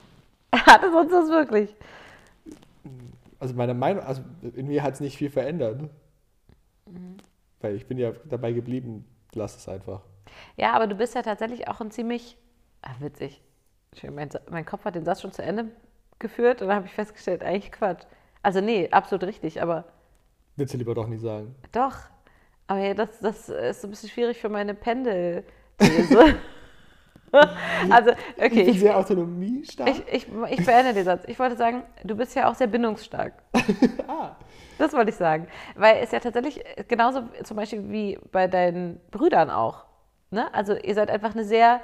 Speaker 5: hat es uns das wirklich?
Speaker 4: Also meine Meinung, also in mir hat es nicht viel verändert. ne?
Speaker 5: Mhm.
Speaker 4: Weil ich bin ja dabei geblieben, lass es einfach.
Speaker 5: Ja, aber du bist ja tatsächlich auch ein ziemlich. Ah, witzig. Schön, mein, Sa- mein Kopf hat den Satz schon zu Ende geführt und dann habe ich festgestellt, eigentlich Quatsch. Also, nee, absolut richtig, aber
Speaker 4: Willst du lieber doch nicht sagen.
Speaker 5: doch. Aber ja, das, das ist so ein bisschen schwierig für meine Pendelthese. also, okay,
Speaker 4: Ich bin
Speaker 5: ich,
Speaker 4: sehr autonomiestark.
Speaker 5: ich, ich, ich beende den Satz. Ich wollte sagen, du bist ja auch sehr bindungsstark.
Speaker 4: ah,
Speaker 5: Das wollte ich sagen. Weil es ja tatsächlich genauso zum Beispiel wie bei deinen Brüdern auch. Ne? Also ihr seid einfach eine sehr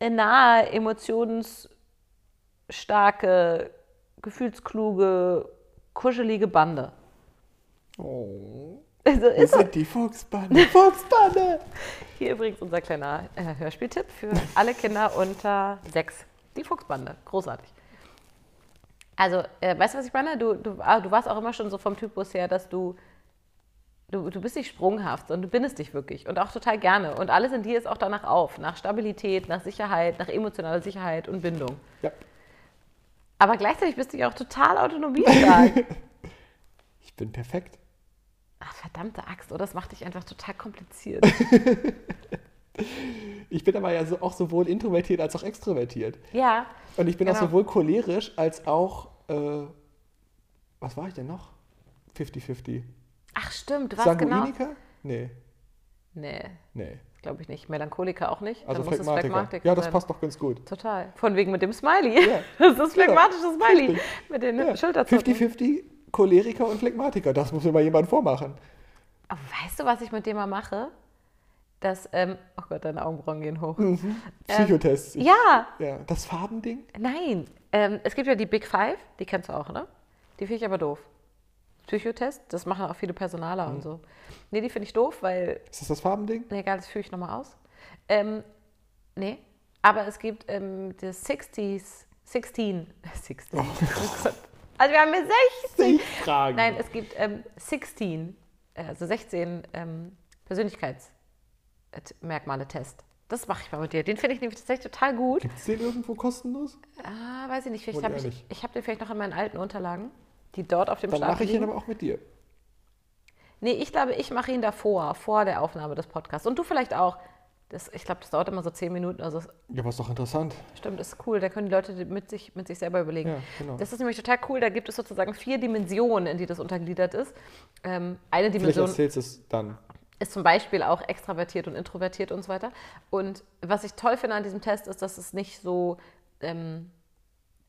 Speaker 5: nahe, emotionsstarke, gefühlskluge, kuschelige Bande.
Speaker 4: Oh,
Speaker 5: So
Speaker 4: das
Speaker 5: ist es.
Speaker 4: sind die Fuchsbanne. Fuchsbanne!
Speaker 5: Hier übrigens unser kleiner äh, Hörspieltipp für alle Kinder unter sechs. Die Fuchsbande. Großartig. Also, äh, weißt du, was ich meine? Du, du, ah, du warst auch immer schon so vom Typus her, dass du, du, du bist nicht sprunghaft, sondern du bindest dich wirklich und auch total gerne. Und alles in dir ist auch danach auf. Nach Stabilität, nach Sicherheit, nach emotionaler Sicherheit und Bindung.
Speaker 4: Ja,
Speaker 5: Aber gleichzeitig bist du ja auch total autonomiestark.
Speaker 4: ich bin perfekt.
Speaker 5: Ach, verdammte Axt, oder? Das macht dich einfach total kompliziert.
Speaker 4: Ich bin aber ja so, auch sowohl introvertiert als auch extrovertiert.
Speaker 5: ja.
Speaker 4: Und ich bin auch
Speaker 5: Genau.
Speaker 4: sowohl cholerisch als auch, äh, was war ich denn noch? 50-50.
Speaker 5: Ach, stimmt, du warst genau.
Speaker 4: Sanguiniker? Nee,
Speaker 5: Nee,
Speaker 4: nee.
Speaker 5: Glaube ich nicht. Melancholiker auch nicht.
Speaker 4: Also
Speaker 5: Dann muss es
Speaker 4: Phlegmatiker.
Speaker 5: Phlegmatik
Speaker 4: Ja, das
Speaker 5: sein.
Speaker 4: passt doch ganz gut.
Speaker 5: Total. Von wegen mit dem Smiley.
Speaker 4: Ja.
Speaker 5: Das ist das
Speaker 4: Ja.
Speaker 5: phlegmatische Smiley.
Speaker 4: Richtig.
Speaker 5: Mit den
Speaker 4: Ja.
Speaker 5: Schulterzucken.
Speaker 4: 50-50 Choleriker und Phlegmatiker. Das muss mir mal jemand vormachen.
Speaker 5: Aber weißt du, was ich mit dem mal mache? Das, ähm, oh Gott, deine Augenbrauen gehen hoch.
Speaker 4: Mhm. Psychotests. Ich-
Speaker 5: Ähm, Ja,
Speaker 4: ja. Das Farbending?
Speaker 5: nein. Ähm, es gibt ja die Big Five, die kennst du auch, ne? Die finde ich aber doof. Psychotest, das machen auch viele Personaler
Speaker 4: Mhm.
Speaker 5: und so. Nee, die finde ich doof, weil
Speaker 4: Ist das das Farbending?
Speaker 5: Nee, egal, das führe ich nochmal aus. Ähm, nee, aber es gibt ähm, das 60s, 16. 16. Oh Gott. Also wir haben hier 16.
Speaker 4: Fragen.
Speaker 5: Nein, es gibt ähm, 16, äh, also 16 ähm, Persönlichkeitsmerkmale-Test. Das mache ich mal mit dir. Den finde ich nämlich tatsächlich total gut.
Speaker 4: Ist den irgendwo kostenlos?
Speaker 5: Ah, weiß ich nicht, vielleicht
Speaker 4: Wohl
Speaker 5: habe ich,
Speaker 4: ehrlich.
Speaker 5: ich habe den vielleicht noch in meinen alten Unterlagen, die dort auf dem
Speaker 4: Dann
Speaker 5: Stapel
Speaker 4: mache ich ihn
Speaker 5: liegen.
Speaker 4: aber auch mit dir.
Speaker 5: Nee, ich glaube, ich mache ihn davor, vor der Aufnahme des Podcasts. Und du vielleicht auch. Das, ich glaube, das dauert immer so zehn Minuten. Also es-
Speaker 4: Ja, aber ist doch interessant.
Speaker 5: stimmt, ist cool. Da können die Leute mit sich, mit sich selber überlegen.
Speaker 4: Ja, genau.
Speaker 5: Das ist nämlich total cool. Da gibt es sozusagen vier Dimensionen, in die das untergliedert ist. Ähm, eine
Speaker 4: Vielleicht
Speaker 5: Dimension
Speaker 4: erzählst du es dann.
Speaker 5: ist zum Beispiel auch extravertiert und introvertiert und so weiter. Und was ich toll finde an diesem Test ist, dass es nicht so ähm,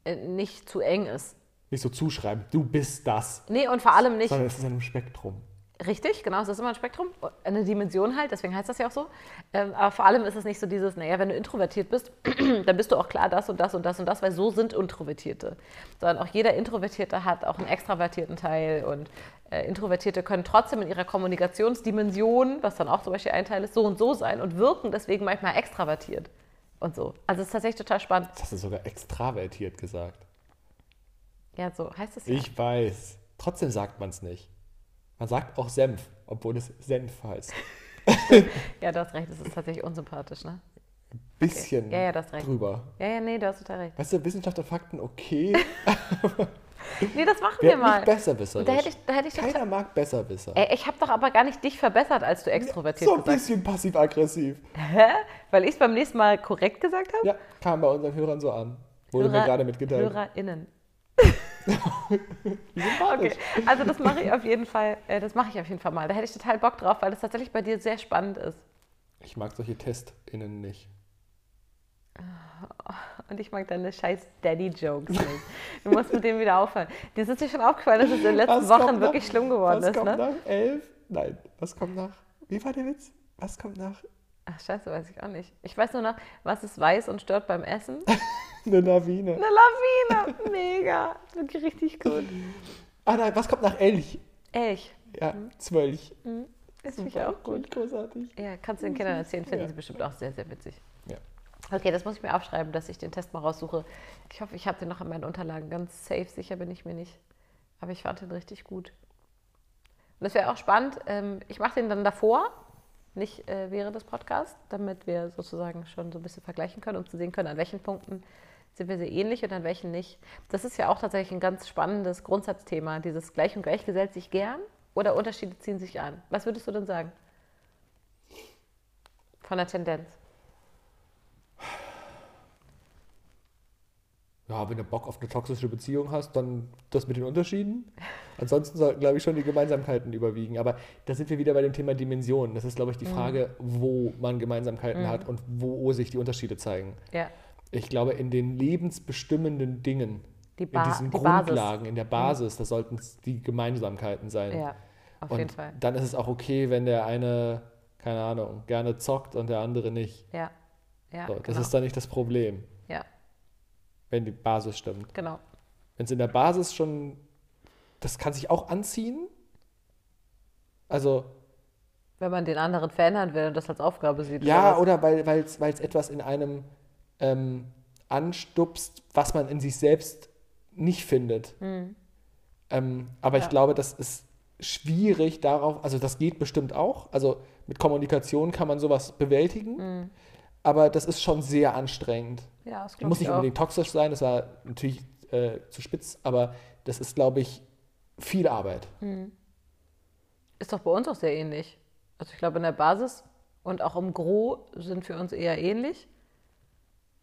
Speaker 5: äh, nicht zu eng ist.
Speaker 4: Nicht so zuschreiben, du bist das,
Speaker 5: Nee, und vor allem nicht
Speaker 4: sondern es ist in einem Spektrum.
Speaker 5: Richtig, genau, es ist immer ein Spektrum, eine Dimension halt, deswegen heißt das ja auch so. Ähm, aber vor allem ist es nicht so dieses, naja, wenn du introvertiert bist, dann bist du auch klar das und das und das und das, weil so sind Introvertierte. Sondern auch jeder Introvertierte hat auch einen extravertierten Teil und äh, Introvertierte können trotzdem in ihrer Kommunikationsdimension, was dann auch zum Beispiel ein Teil ist, so und so sein und wirken deswegen manchmal extravertiert und so. Also es ist tatsächlich total spannend.
Speaker 4: Das hast du sogar extravertiert gesagt.
Speaker 5: Ja, so heißt es ja.
Speaker 4: Ich weiß. Trotzdem sagt man es nicht. Man sagt auch Senf, obwohl es Senf heißt.
Speaker 5: Ja, du hast recht, es ist tatsächlich unsympathisch, ne?
Speaker 4: Bisschen
Speaker 5: Ja, ja, das recht.
Speaker 4: drüber.
Speaker 5: Ja, ja, nee, du hast total recht.
Speaker 4: Weißt du, Wissenschaft und Fakten, okay.
Speaker 5: Nee, das machen wir,
Speaker 4: Wer
Speaker 5: mal.
Speaker 4: nicht besserwisserisch.
Speaker 5: Da hätte ich, da hätte ich total
Speaker 4: Keiner mag Besserwisser.
Speaker 5: Ey, ich habe doch aber gar nicht dich verbessert, als du extrovertiert
Speaker 4: so ein
Speaker 5: gesagt hast.
Speaker 4: bisschen passiv-aggressiv.
Speaker 5: Weil ich es beim nächsten Mal korrekt gesagt habe?
Speaker 4: Ja, kam bei unseren Hörern so an. Wurde mir gerade mitgeteilt.
Speaker 5: HörerInnen. okay. Also das mache ich auf jeden Fall, äh, das mache ich auf jeden Fall mal. Da hätte ich total Bock drauf, weil das tatsächlich bei dir sehr spannend ist.
Speaker 4: Ich mag solche TestInnen nicht.
Speaker 5: Und ich mag deine scheiß Daddy-Jokes nicht. Du musst mit dem wieder aufhören. Dir ist dir schon aufgefallen, dass es in den letzten
Speaker 4: Was
Speaker 5: Wochen
Speaker 4: kommt
Speaker 5: wirklich
Speaker 4: nach-
Speaker 5: schlimm geworden
Speaker 4: was
Speaker 5: ist,
Speaker 4: kommt
Speaker 5: ne?
Speaker 4: nach elf? Nein, was kommt nach? Wie war der Witz? Was kommt nach
Speaker 5: Ach scheiße, weiß ich auch nicht. Ich weiß nur noch, was ist weiß und stört beim Essen?
Speaker 4: eine Lawine?
Speaker 5: Eine Lawine! Mega! Wirklich richtig gut.
Speaker 4: Ah nein, was kommt nach Elch?
Speaker 5: Elch.
Speaker 4: Ja, Zwölch.
Speaker 5: Ist mich Mhm. auch gut.
Speaker 4: Großartig.
Speaker 5: Ja, kannst du den Kindern erzählen, finden
Speaker 4: Ja.
Speaker 5: sie bestimmt auch sehr, sehr witzig.
Speaker 4: Ja.
Speaker 5: Okay, das muss ich mir aufschreiben, dass ich den Test mal raussuche. Ich hoffe, ich habe den noch in meinen Unterlagen. Ganz safe, sicher bin ich mir nicht. Aber ich fand den richtig gut. Und das wäre auch spannend. Ähm, ich mache den dann davor, nicht äh, während des Podcasts, damit wir sozusagen schon so ein bisschen vergleichen können, um zu sehen können, an welchen Punkten sind wir sehr ähnlich und an welchen nicht. Das ist ja auch tatsächlich ein ganz spannendes Grundsatzthema, dieses Gleich und Gleich gesellt sich gern oder Unterschiede ziehen sich an. Was würdest du denn sagen? Von der Tendenz.
Speaker 4: Ja, wenn du Bock auf eine toxische Beziehung hast, dann das mit den Unterschieden. Ansonsten sollten, glaube ich, schon die Gemeinsamkeiten überwiegen. Aber da sind wir wieder bei dem Thema Dimensionen. Das ist, glaube ich,
Speaker 5: Mhm.
Speaker 4: die Frage, wo man Gemeinsamkeiten hat und wo sich die Unterschiede zeigen.
Speaker 5: Ja.
Speaker 4: Ich glaube, in den lebensbestimmenden Dingen,
Speaker 5: Die
Speaker 4: in
Speaker 5: Ba-
Speaker 4: diesen
Speaker 5: die Basis. Mhm.
Speaker 4: Grundlagen, in der Basis, das sollten s- die Gemeinsamkeiten sein.
Speaker 5: Ja, auf
Speaker 4: und
Speaker 5: jeden Fall.
Speaker 4: dann ist es auch okay, wenn der eine, keine Ahnung, gerne zockt und der andere nicht.
Speaker 5: Ja, ja,
Speaker 4: So, das
Speaker 5: genau.
Speaker 4: ist dann nicht das Problem,
Speaker 5: ja,
Speaker 4: wenn die Basis stimmt.
Speaker 5: genau.
Speaker 4: Wenn es in der Basis schon, das kann sich auch anziehen, Also,
Speaker 5: Wenn man den anderen verändern will und das als Aufgabe sieht.
Speaker 4: ja,
Speaker 5: was?
Speaker 4: oder weil weil es weil es etwas in einem ähm, anstupst, was man in sich selbst nicht findet.
Speaker 5: Hm.
Speaker 4: Ähm, aber ich glaube, das ist schwierig darauf, also das geht bestimmt auch. Also mit Kommunikation kann man sowas bewältigen,
Speaker 5: Hm.
Speaker 4: aber das ist schon sehr anstrengend.
Speaker 5: Ja, das
Speaker 4: Die
Speaker 5: glaub
Speaker 4: muss
Speaker 5: ich
Speaker 4: nicht
Speaker 5: auch.
Speaker 4: unbedingt toxisch sein, das war natürlich äh, zu spitz, aber das ist, glaube ich, viel Arbeit.
Speaker 5: Hm. Ist doch bei uns auch sehr ähnlich. Also ich glaube, in der Basis und auch im Gro sind wir uns eher ähnlich.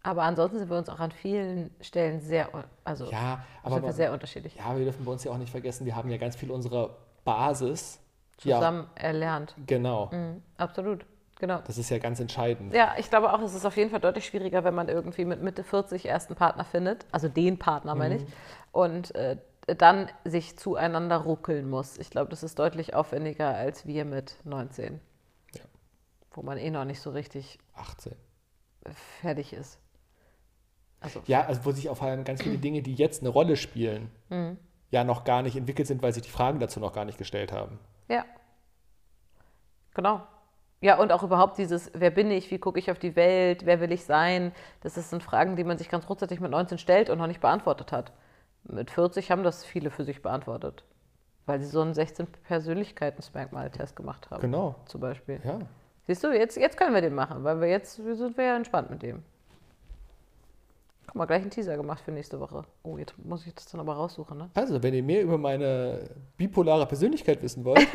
Speaker 5: Aber ansonsten sind wir uns auch an vielen Stellen sehr, un- also
Speaker 4: Ja, aber
Speaker 5: sind wir
Speaker 4: man,
Speaker 5: sehr unterschiedlich.
Speaker 4: ja, wir dürfen bei uns ja auch nicht vergessen, wir haben ja ganz viel unserer Basis.
Speaker 5: Zusammen erlernt.
Speaker 4: Ja, genau.
Speaker 5: Mhm, absolut, genau.
Speaker 4: Das ist ja ganz entscheidend.
Speaker 5: Ja, ich glaube auch, es ist auf jeden Fall deutlich schwieriger, wenn man irgendwie mit Mitte 40 erst einen Partner findet, also den Partner meine ich, und äh, dann sich zueinander ruckeln muss. Ich glaube, das ist deutlich aufwendiger als wir mit 19,
Speaker 4: Ja.
Speaker 5: wo man eh noch nicht so richtig
Speaker 4: 18.
Speaker 5: fertig ist. Also,
Speaker 4: Ja, also wo sich auf allem ganz
Speaker 5: Hm.
Speaker 4: viele Dinge, die jetzt eine Rolle spielen, ja noch gar nicht entwickelt sind, weil sich die Fragen dazu noch gar nicht gestellt haben.
Speaker 5: ja. Genau. Ja, und auch überhaupt dieses, wer bin ich, wie gucke ich auf die Welt, wer will ich sein, das ist- sind Fragen, die man sich ganz grundsätzlich mit 19 stellt und noch nicht beantwortet hat. Mit 40 haben das viele für sich beantwortet, weil sie so einen 16-Persönlichkeitsmerkmal-Test gemacht haben,
Speaker 4: Genau.
Speaker 5: zum Beispiel.
Speaker 4: Ja.
Speaker 5: Siehst du, jetzt, jetzt können wir den machen, weil wir jetzt sind wir ja entspannt mit dem. Guck mal, gleich einen Teaser gemacht für nächste Woche. Oh, jetzt muss ich das dann aber raussuchen, ne?
Speaker 4: Also, wenn ihr mehr über meine bipolare Persönlichkeit wissen wollt,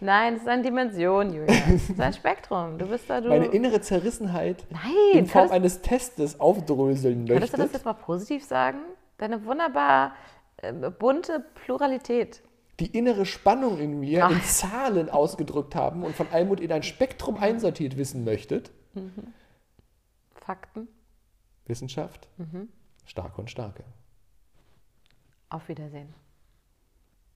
Speaker 5: Nein, es ist eine Dimension, Julia. Es ist ein Spektrum. Du bist da, du.
Speaker 4: meine innere Zerrissenheit in
Speaker 5: Nein,
Speaker 4: Form
Speaker 5: könntest,
Speaker 4: eines Testes aufdröseln
Speaker 5: könntest du das
Speaker 4: möchtet,
Speaker 5: jetzt mal positiv sagen? Deine wunderbar ähm, bunte Pluralität.
Speaker 4: die innere Spannung in mir in
Speaker 5: Ach.
Speaker 4: Zahlen ausgedrückt haben und von Almut in ein Spektrum einsortiert wissen möchtet,
Speaker 5: Fakten. Mhm.
Speaker 4: Wissenschaft, stark und starke.
Speaker 5: Auf Wiedersehen.